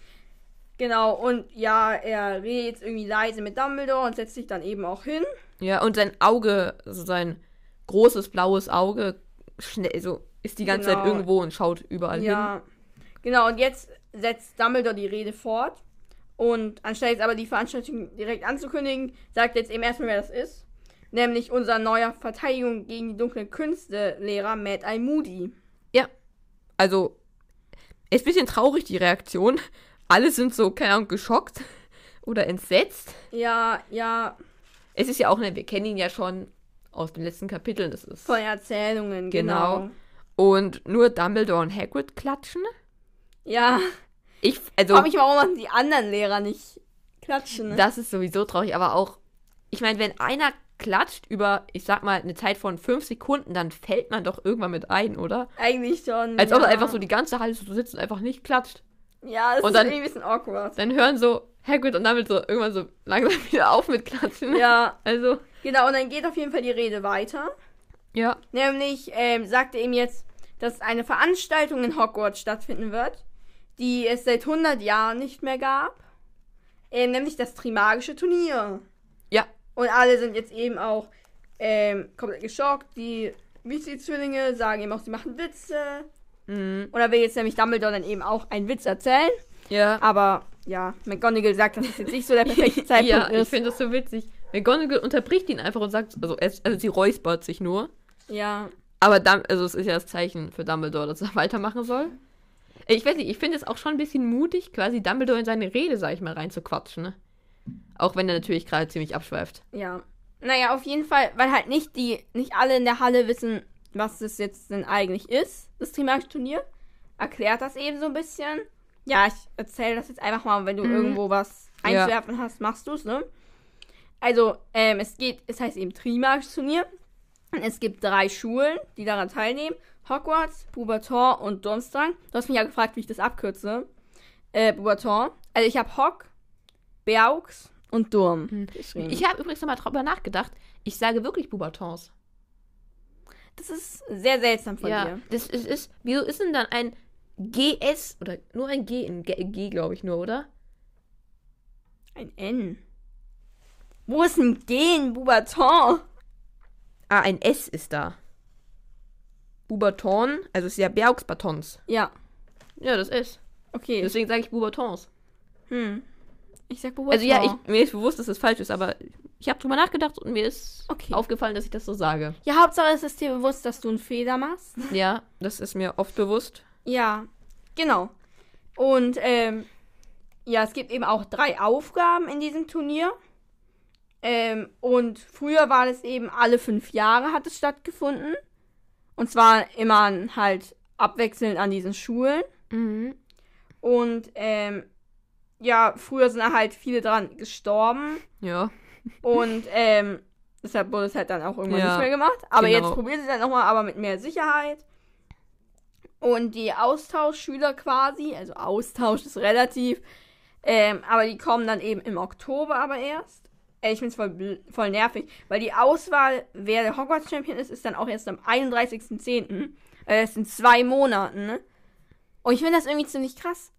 Speaker 1: Genau, und ja, er redet jetzt irgendwie leise mit Dumbledore und setzt sich dann eben auch hin.
Speaker 2: ja, und sein Auge, also sein großes blaues Auge, schnell, so, ist die ganze Zeit
Speaker 1: Genau.
Speaker 2: irgendwo und schaut überall Halt hin.
Speaker 1: Ja. Genau, und jetzt setzt Dumbledore die Rede fort. Und anstatt jetzt aber die Veranstaltung direkt anzukündigen, sagt er jetzt eben erstmal, wer das ist. Nämlich unser neuer Verteidigung gegen die dunklen Künste-Lehrer Mad Eye Moody.
Speaker 2: also ist ein bisschen traurig die Reaktion. Alle sind so, keine Ahnung, geschockt oder entsetzt.
Speaker 1: Ja, ja,
Speaker 2: Es ist ja auch, ne, wir kennen ihn ja schon aus den letzten Kapiteln, das ist.
Speaker 1: von Erzählungen,
Speaker 2: Genau.
Speaker 1: genau.
Speaker 2: Und nur Dumbledore und Hagrid klatschen.
Speaker 1: Ja,
Speaker 2: Ich, also,
Speaker 1: frage mich, warum machen die anderen Lehrer nicht klatschen, ne?
Speaker 2: das ist sowieso traurig, aber auch, ich meine, wenn einer klatscht über, ich sag mal, eine Zeit von fünf Sekunden, dann fällt man doch irgendwann mit ein, oder?
Speaker 1: Eigentlich schon.
Speaker 2: Als
Speaker 1: ja.
Speaker 2: ob er einfach so die ganze Halle so sitzt und einfach nicht klatscht.
Speaker 1: Ja, das
Speaker 2: und
Speaker 1: ist
Speaker 2: dann-
Speaker 1: irgendwie ein bisschen awkward.
Speaker 2: Dann hören so Hagrid und Dumbledore irgendwann so langsam [laughs] wieder auf mit Klatschen.
Speaker 1: Ja.
Speaker 2: Also,
Speaker 1: Genau, und dann geht auf jeden Fall die Rede weiter.
Speaker 2: ja.
Speaker 1: Nämlich ähm, sagt er ihm jetzt, dass eine Veranstaltung in Hogwarts stattfinden wird, die es seit 100 Jahren nicht mehr gab. Ähm, nämlich das Trimagische Turnier.
Speaker 2: Ja,
Speaker 1: Und alle sind jetzt eben auch ähm, komplett geschockt. Die Weasley-Zwillinge sagen eben auch, sie machen Witze.
Speaker 2: Mhm.
Speaker 1: Und da will jetzt nämlich Dumbledore dann eben auch einen Witz erzählen.
Speaker 2: Ja.
Speaker 1: Aber ja, McGonagall sagt, dass es jetzt nicht so
Speaker 2: [laughs]
Speaker 1: der perfekte Zeitpunkt
Speaker 2: ja, ich
Speaker 1: ist.
Speaker 2: finde das so witzig. McGonagall unterbricht ihn einfach und sagt, also, er, also sie räuspert sich nur.
Speaker 1: Ja,
Speaker 2: Aber Dum also es ist ja das Zeichen für Dumbledore, dass er [laughs] weitermachen soll. Ich weiß nicht, ich finde es auch schon ein bisschen mutig, quasi Dumbledore in seine Rede, sag ich mal, reinzuquatschen. Ne? Auch wenn er natürlich gerade ziemlich abschweift.
Speaker 1: Ja. Naja, auf jeden Fall, weil halt nicht die, nicht alle in der Halle wissen, was das jetzt denn eigentlich ist, das Trimagische Turnier. erklärt das eben so ein bisschen. Ja, ich erzähle das jetzt einfach mal, wenn du
Speaker 2: Mhm.
Speaker 1: irgendwo was
Speaker 2: Ja.
Speaker 1: einzuwerfen hast, machst du es, ne? Also, ähm, es geht, es heißt eben Trimarch-Turnier. Und Es gibt drei Schulen, die daran teilnehmen. Hogwarts, Beauxbatons und Durmstrang. Du hast mich ja gefragt, wie ich das abkürze. Äh, Beauxbatons. Also ich habe Hog, Beaux und Durm.
Speaker 2: Hm.
Speaker 1: geschrieben.
Speaker 2: Ich habe übrigens nochmal drüber nachgedacht. Ich sage wirklich Bubatons.
Speaker 1: das ist sehr seltsam von
Speaker 2: ja.
Speaker 1: dir.
Speaker 2: Das ist, ist, wieso ist denn dann ein GS oder nur ein G in G, G glaube ich nur, oder?
Speaker 1: Ein N. Wo ist ein G in Beauxbatons?
Speaker 2: Ah, ein S ist da. Bubaton, also es ist ja Bergsbatons.
Speaker 1: Ja,
Speaker 2: Ja, das ist.
Speaker 1: okay.
Speaker 2: Deswegen sage ich Bubatons.
Speaker 1: Hm. Ich sag Beauxbatons.
Speaker 2: Also ja, ich, mir ist bewusst, dass das falsch ist, aber ich habe drüber nachgedacht und mir ist
Speaker 1: Okay.
Speaker 2: aufgefallen, dass ich das so sage.
Speaker 1: Ja, Hauptsache es ist dir bewusst, dass du einen Fehler machst.
Speaker 2: ja, das ist mir oft bewusst.
Speaker 1: Ja, genau. Und ähm, ja, es gibt eben auch drei Aufgaben in diesem Turnier. Ähm, und früher war das eben alle fünf Jahre hat es stattgefunden. Und zwar immer an- halt abwechselnd an diesen Schulen.
Speaker 2: Mhm.
Speaker 1: Und ähm, ja, früher sind halt viele dran gestorben.
Speaker 2: Ja.
Speaker 1: Und ähm, deshalb wurde es halt dann auch irgendwann
Speaker 2: Ja,
Speaker 1: nicht mehr gemacht. Aber
Speaker 2: genau.
Speaker 1: jetzt probieren sie es halt nochmal, aber mit mehr Sicherheit. Und die Austauschschüler quasi, also Austausch ist relativ, ähm, aber die kommen dann eben im Oktober aber erst. Ey, ich find's voll, bl- voll nervig, weil die Auswahl, wer der Hogwarts-Champion ist, ist dann auch erst am 31.10. Äh, Das sind zwei Monaten, ne? Und ich finde das irgendwie ziemlich krass,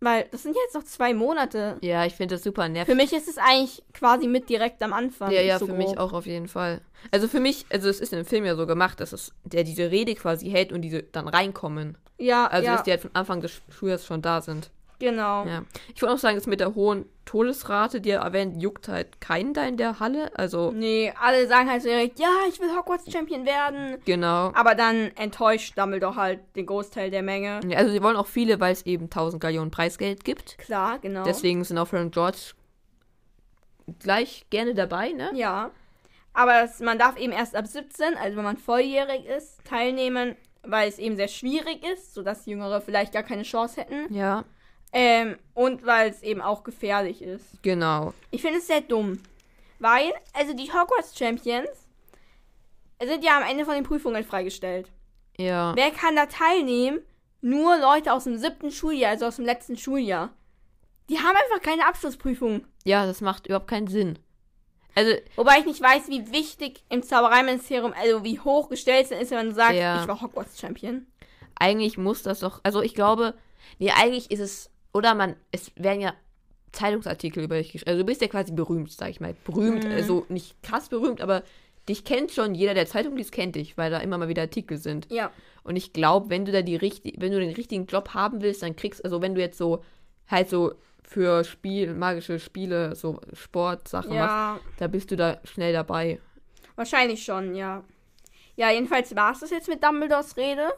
Speaker 1: weil das sind jetzt noch zwei Monate.
Speaker 2: Ja, ich finde das super nervig.
Speaker 1: Für mich ist es eigentlich quasi mit direkt am Anfang.
Speaker 2: ja, ja,
Speaker 1: so
Speaker 2: für
Speaker 1: grob.
Speaker 2: mich auch auf jeden Fall. Also für mich, also es ist in dem Film ja so gemacht, dass es, der diese Rede quasi hält und diese dann reinkommen.
Speaker 1: Ja,
Speaker 2: Also
Speaker 1: ja,
Speaker 2: dass die halt von Anfang des Schuljahres schon da sind.
Speaker 1: genau.
Speaker 2: Ja. Ich wollte auch sagen, das mit der hohen Todesrate, die er erwähnt, juckt halt keinen da in der Halle. Also,
Speaker 1: Nee, alle sagen halt so direkt, ja, ich will Hogwarts-Champion werden.
Speaker 2: genau.
Speaker 1: Aber dann enttäuscht Dumbledore halt den Großteil der Menge.
Speaker 2: Ja, Also sie wollen auch viele, weil es eben 1000 Gallionen Preisgeld gibt.
Speaker 1: Klar, genau.
Speaker 2: Deswegen sind auch Fred und George gleich gerne dabei, ne?
Speaker 1: Ja. Aber es, man darf eben erst ab 17, also wenn man volljährig ist, teilnehmen, weil es eben sehr schwierig ist, sodass Jüngere vielleicht gar keine Chance hätten.
Speaker 2: Ja,
Speaker 1: Ähm, und weil es eben auch gefährlich ist.
Speaker 2: genau.
Speaker 1: Ich finde es sehr dumm. Weil, also die Hogwarts Champions sind ja am Ende von den Prüfungen freigestellt.
Speaker 2: Ja.
Speaker 1: Wer kann da teilnehmen? Nur Leute aus dem siebten Schuljahr, also aus dem letzten Schuljahr. Die haben einfach keine Abschlussprüfung.
Speaker 2: Ja, das macht überhaupt keinen Sinn. Also,
Speaker 1: Wobei ich nicht weiß, wie wichtig im Zaubereiministerium, also wie hoch gestellt es ist, wenn du sagst,
Speaker 2: Ja.
Speaker 1: ich war Hogwarts-Champion.
Speaker 2: eigentlich muss das doch. Also, ich glaube, nee, eigentlich ist es. Oder man, es werden ja Zeitungsartikel über dich geschrieben. Also, du bist ja quasi berühmt, sag ich mal. Berühmt,
Speaker 1: Mhm.
Speaker 2: also nicht krass berühmt, aber dich kennt schon jeder, der Zeitung liest, kennt dich, weil da immer mal wieder Artikel sind.
Speaker 1: Ja.
Speaker 2: Und ich glaube, wenn du da die richtig, wenn du den richtigen Job haben willst, dann kriegst, also wenn du jetzt so halt so für Spiel, magische Spiele, so Sportsachen machst,
Speaker 1: Ja,
Speaker 2: da bist du da schnell dabei.
Speaker 1: wahrscheinlich schon, ja. Ja, jedenfalls war es das jetzt mit Dumbledores Rede.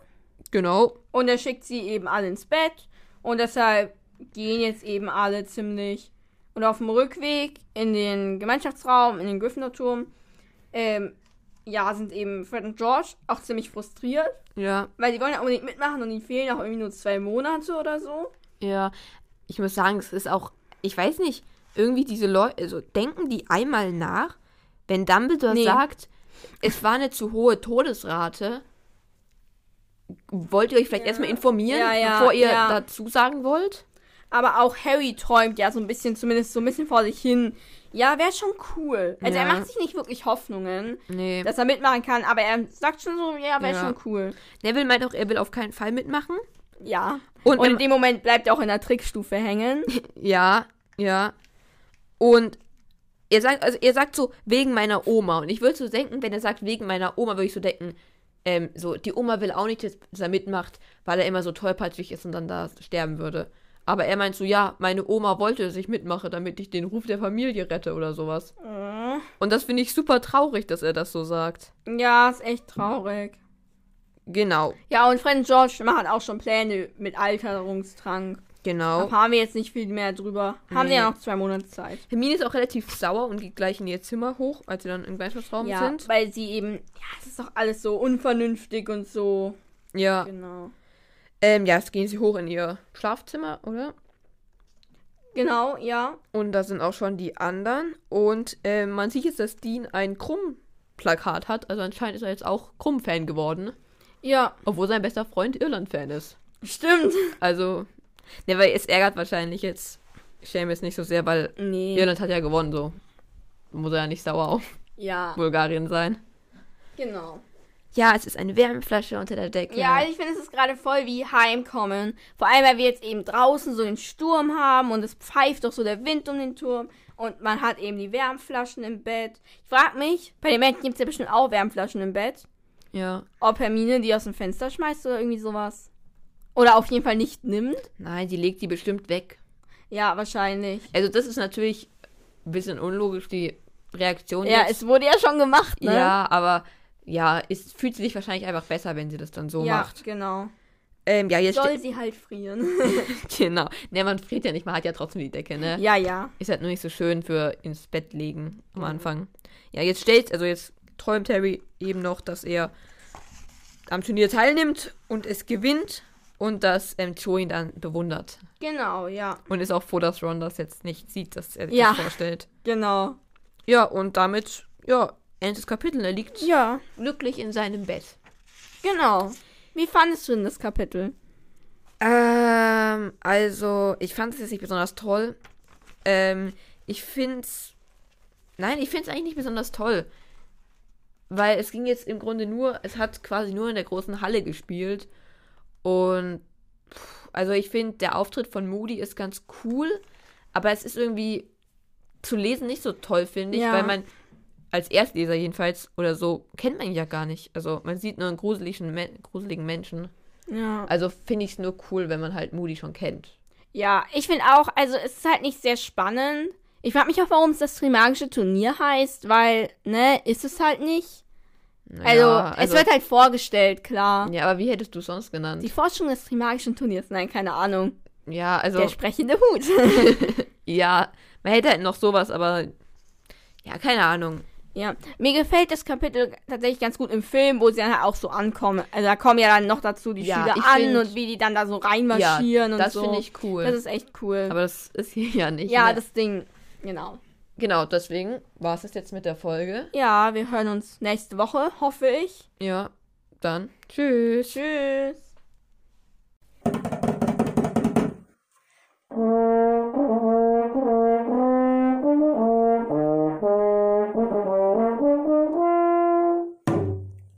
Speaker 2: Genau.
Speaker 1: Und er schickt sie eben alle ins Bett. Und deshalb gehen jetzt eben alle ziemlich. Und auf dem Rückweg in den Gemeinschaftsraum, in den Gryffindor-Turm, ähm, ja, sind eben Fred und George auch ziemlich frustriert,
Speaker 2: Ja,
Speaker 1: weil die wollen ja unbedingt mitmachen und ihnen fehlen auch irgendwie nur zwei Monate oder so.
Speaker 2: ja. Ich muss sagen, es ist auch, ich weiß nicht, irgendwie diese Leute, also denken die einmal nach, wenn Dumbledore
Speaker 1: Nee.
Speaker 2: sagt, es war eine zu hohe Todesrate. Wollt ihr euch vielleicht erstmal informieren,
Speaker 1: Ja, ja,
Speaker 2: bevor ihr
Speaker 1: ja.
Speaker 2: dazu sagen wollt?
Speaker 1: Aber auch Harry träumt ja so ein bisschen, zumindest so ein bisschen vor sich hin. Ja, wäre schon cool. Also er
Speaker 2: Ja.
Speaker 1: macht sich nicht wirklich Hoffnungen,
Speaker 2: Nee.
Speaker 1: dass er mitmachen kann, aber er sagt schon so, ja, wäre
Speaker 2: Ja.
Speaker 1: schon cool.
Speaker 2: Neville meint auch, er will auf keinen Fall mitmachen.
Speaker 1: Ja.
Speaker 2: Und,
Speaker 1: Und
Speaker 2: im-
Speaker 1: in dem Moment bleibt er auch in der Trickstufe hängen.
Speaker 2: ja, ja. Und er sagt, also er sagt so, wegen meiner Oma. Und ich würde so denken, wenn er sagt, wegen meiner Oma, würde ich so denken, ähm, so, die Oma will auch nicht, dass dass er mitmacht, weil er immer so tollpatschig ist und dann da sterben würde. Aber er meint so, ja, meine Oma wollte, dass ich mitmache, damit ich den Ruf der Familie rette oder sowas. Und das finde ich super traurig, dass er das so sagt.
Speaker 1: Ja, ist echt traurig.
Speaker 2: Genau,
Speaker 1: Ja, und Fred und George machen auch schon Pläne mit Alterungstrank.
Speaker 2: genau.
Speaker 1: Da haben wir jetzt nicht viel mehr drüber. Haben die ja noch zwei Monate Zeit.
Speaker 2: Hermine ist auch relativ sauer und geht gleich in ihr Zimmer hoch, als sie dann im Gemeinschaftsraum
Speaker 1: Ja,
Speaker 2: sind.
Speaker 1: weil sie eben, ja, es ist doch alles so unvernünftig und so.
Speaker 2: Ja.
Speaker 1: Genau.
Speaker 2: Ähm, ja, es gehen sie hoch in ihr Schlafzimmer, oder?
Speaker 1: Genau, ja.
Speaker 2: Und da sind auch schon die anderen. Und ähm, man sieht jetzt, dass Dean ein Krumm-Plakat hat. Also anscheinend ist er jetzt auch Krumm-Fan geworden.
Speaker 1: Ja,
Speaker 2: Obwohl sein bester Freund Irland-Fan ist.
Speaker 1: stimmt.
Speaker 2: Also, ne, weil es ärgert wahrscheinlich jetzt Seamus nicht so sehr, weil
Speaker 1: Nee.
Speaker 2: Irland hat ja gewonnen, so. Muss er ja nicht sauer auf
Speaker 1: Ja,
Speaker 2: Bulgarien sein.
Speaker 1: genau.
Speaker 2: Ja, es ist eine Wärmflasche unter der Decke.
Speaker 1: Ja, also ich finde, es ist gerade voll wie Heimkommen. Vor allem, weil wir jetzt eben draußen so den Sturm haben und es pfeift doch so der Wind um den Turm und man hat eben die Wärmflaschen im Bett. Ich frage mich, bei den Menschen gibt es ja bestimmt auch Wärmflaschen im Bett.
Speaker 2: ja.
Speaker 1: Ob Hermine die aus dem Fenster schmeißt oder irgendwie sowas. Oder auf jeden Fall nicht nimmt.
Speaker 2: Nein, die legt die bestimmt weg.
Speaker 1: Ja, wahrscheinlich.
Speaker 2: Also, das ist natürlich ein bisschen unlogisch, die Reaktion.
Speaker 1: Ja,
Speaker 2: jetzt.
Speaker 1: es wurde ja schon gemacht, ne?
Speaker 2: Ja, aber ja, es fühlt sich wahrscheinlich einfach besser, wenn sie das dann so
Speaker 1: ja
Speaker 2: macht.
Speaker 1: genau.
Speaker 2: Ähm, ja, jetzt
Speaker 1: Soll sie halt frieren.
Speaker 2: ste- [laughs] genau. Ne, man friert ja nicht, man hat ja trotzdem die Decke, ne?
Speaker 1: [laughs] ja, ja.
Speaker 2: Ist halt nur nicht so schön für ins Bett legen
Speaker 1: Mhm.
Speaker 2: am Anfang. Ja, jetzt stellt, also jetzt träumt Harry eben noch, dass er am Turnier teilnimmt und es gewinnt und dass ähm, Cho ihn dann bewundert.
Speaker 1: Genau, ja.
Speaker 2: Und ist auch froh, dass Ron das jetzt nicht sieht, dass er sich
Speaker 1: Ja.
Speaker 2: das vorstellt.
Speaker 1: Genau.
Speaker 2: Ja, und damit, ja, endet das Kapitel. ne? Er liegt
Speaker 1: Ja,
Speaker 2: glücklich in seinem Bett.
Speaker 1: genau. Wie fandest du denn das Kapitel?
Speaker 2: Ähm, also, ich fand es jetzt nicht besonders toll. Ähm, ich find's. Nein, ich find's eigentlich nicht besonders toll. Weil es ging jetzt im Grunde nur, es hat quasi nur in der großen Halle gespielt. Und pff, also ich finde, der Auftritt von Moody ist ganz cool, aber es ist irgendwie zu lesen nicht so toll, finde ich,
Speaker 1: Ja.
Speaker 2: weil man als Erstleser jedenfalls oder so kennt man ihn ja gar nicht. Also man sieht nur einen gruseligen, Men- gruseligen Menschen.
Speaker 1: Ja.
Speaker 2: Also finde ich es nur cool, wenn man halt Moody schon kennt.
Speaker 1: Ja, ich finde auch, also es ist halt nicht sehr spannend. Ich frage mich auch, warum es das Trimagische Turnier heißt, weil, ne, ist es halt nicht. Also,
Speaker 2: Naja,
Speaker 1: es wird halt vorgestellt, klar.
Speaker 2: Ja, aber wie hättest du es sonst genannt?
Speaker 1: Die Forschung des Trimagischen Turniers, nein, keine Ahnung.
Speaker 2: ja, also
Speaker 1: Der sprechende Hut. [laughs]
Speaker 2: ja, man hätte halt noch sowas, aber ja, keine Ahnung.
Speaker 1: ja, mir gefällt das Kapitel tatsächlich ganz gut im Film, wo sie dann halt auch so ankommen. Also da kommen ja dann noch dazu die
Speaker 2: Ja, ich
Speaker 1: Schüler an
Speaker 2: find-
Speaker 1: und wie die dann da so reinmarschieren
Speaker 2: ja,
Speaker 1: und
Speaker 2: das
Speaker 1: so.
Speaker 2: finde ich cool.
Speaker 1: Das ist echt cool.
Speaker 2: aber das ist hier ja nicht.
Speaker 1: ja,
Speaker 2: ne?
Speaker 1: das Ding, genau.
Speaker 2: genau, deswegen war es das jetzt mit der Folge.
Speaker 1: Ja, wir hören uns nächste Woche, hoffe ich.
Speaker 2: Ja, dann tschüss.
Speaker 1: Tschüss.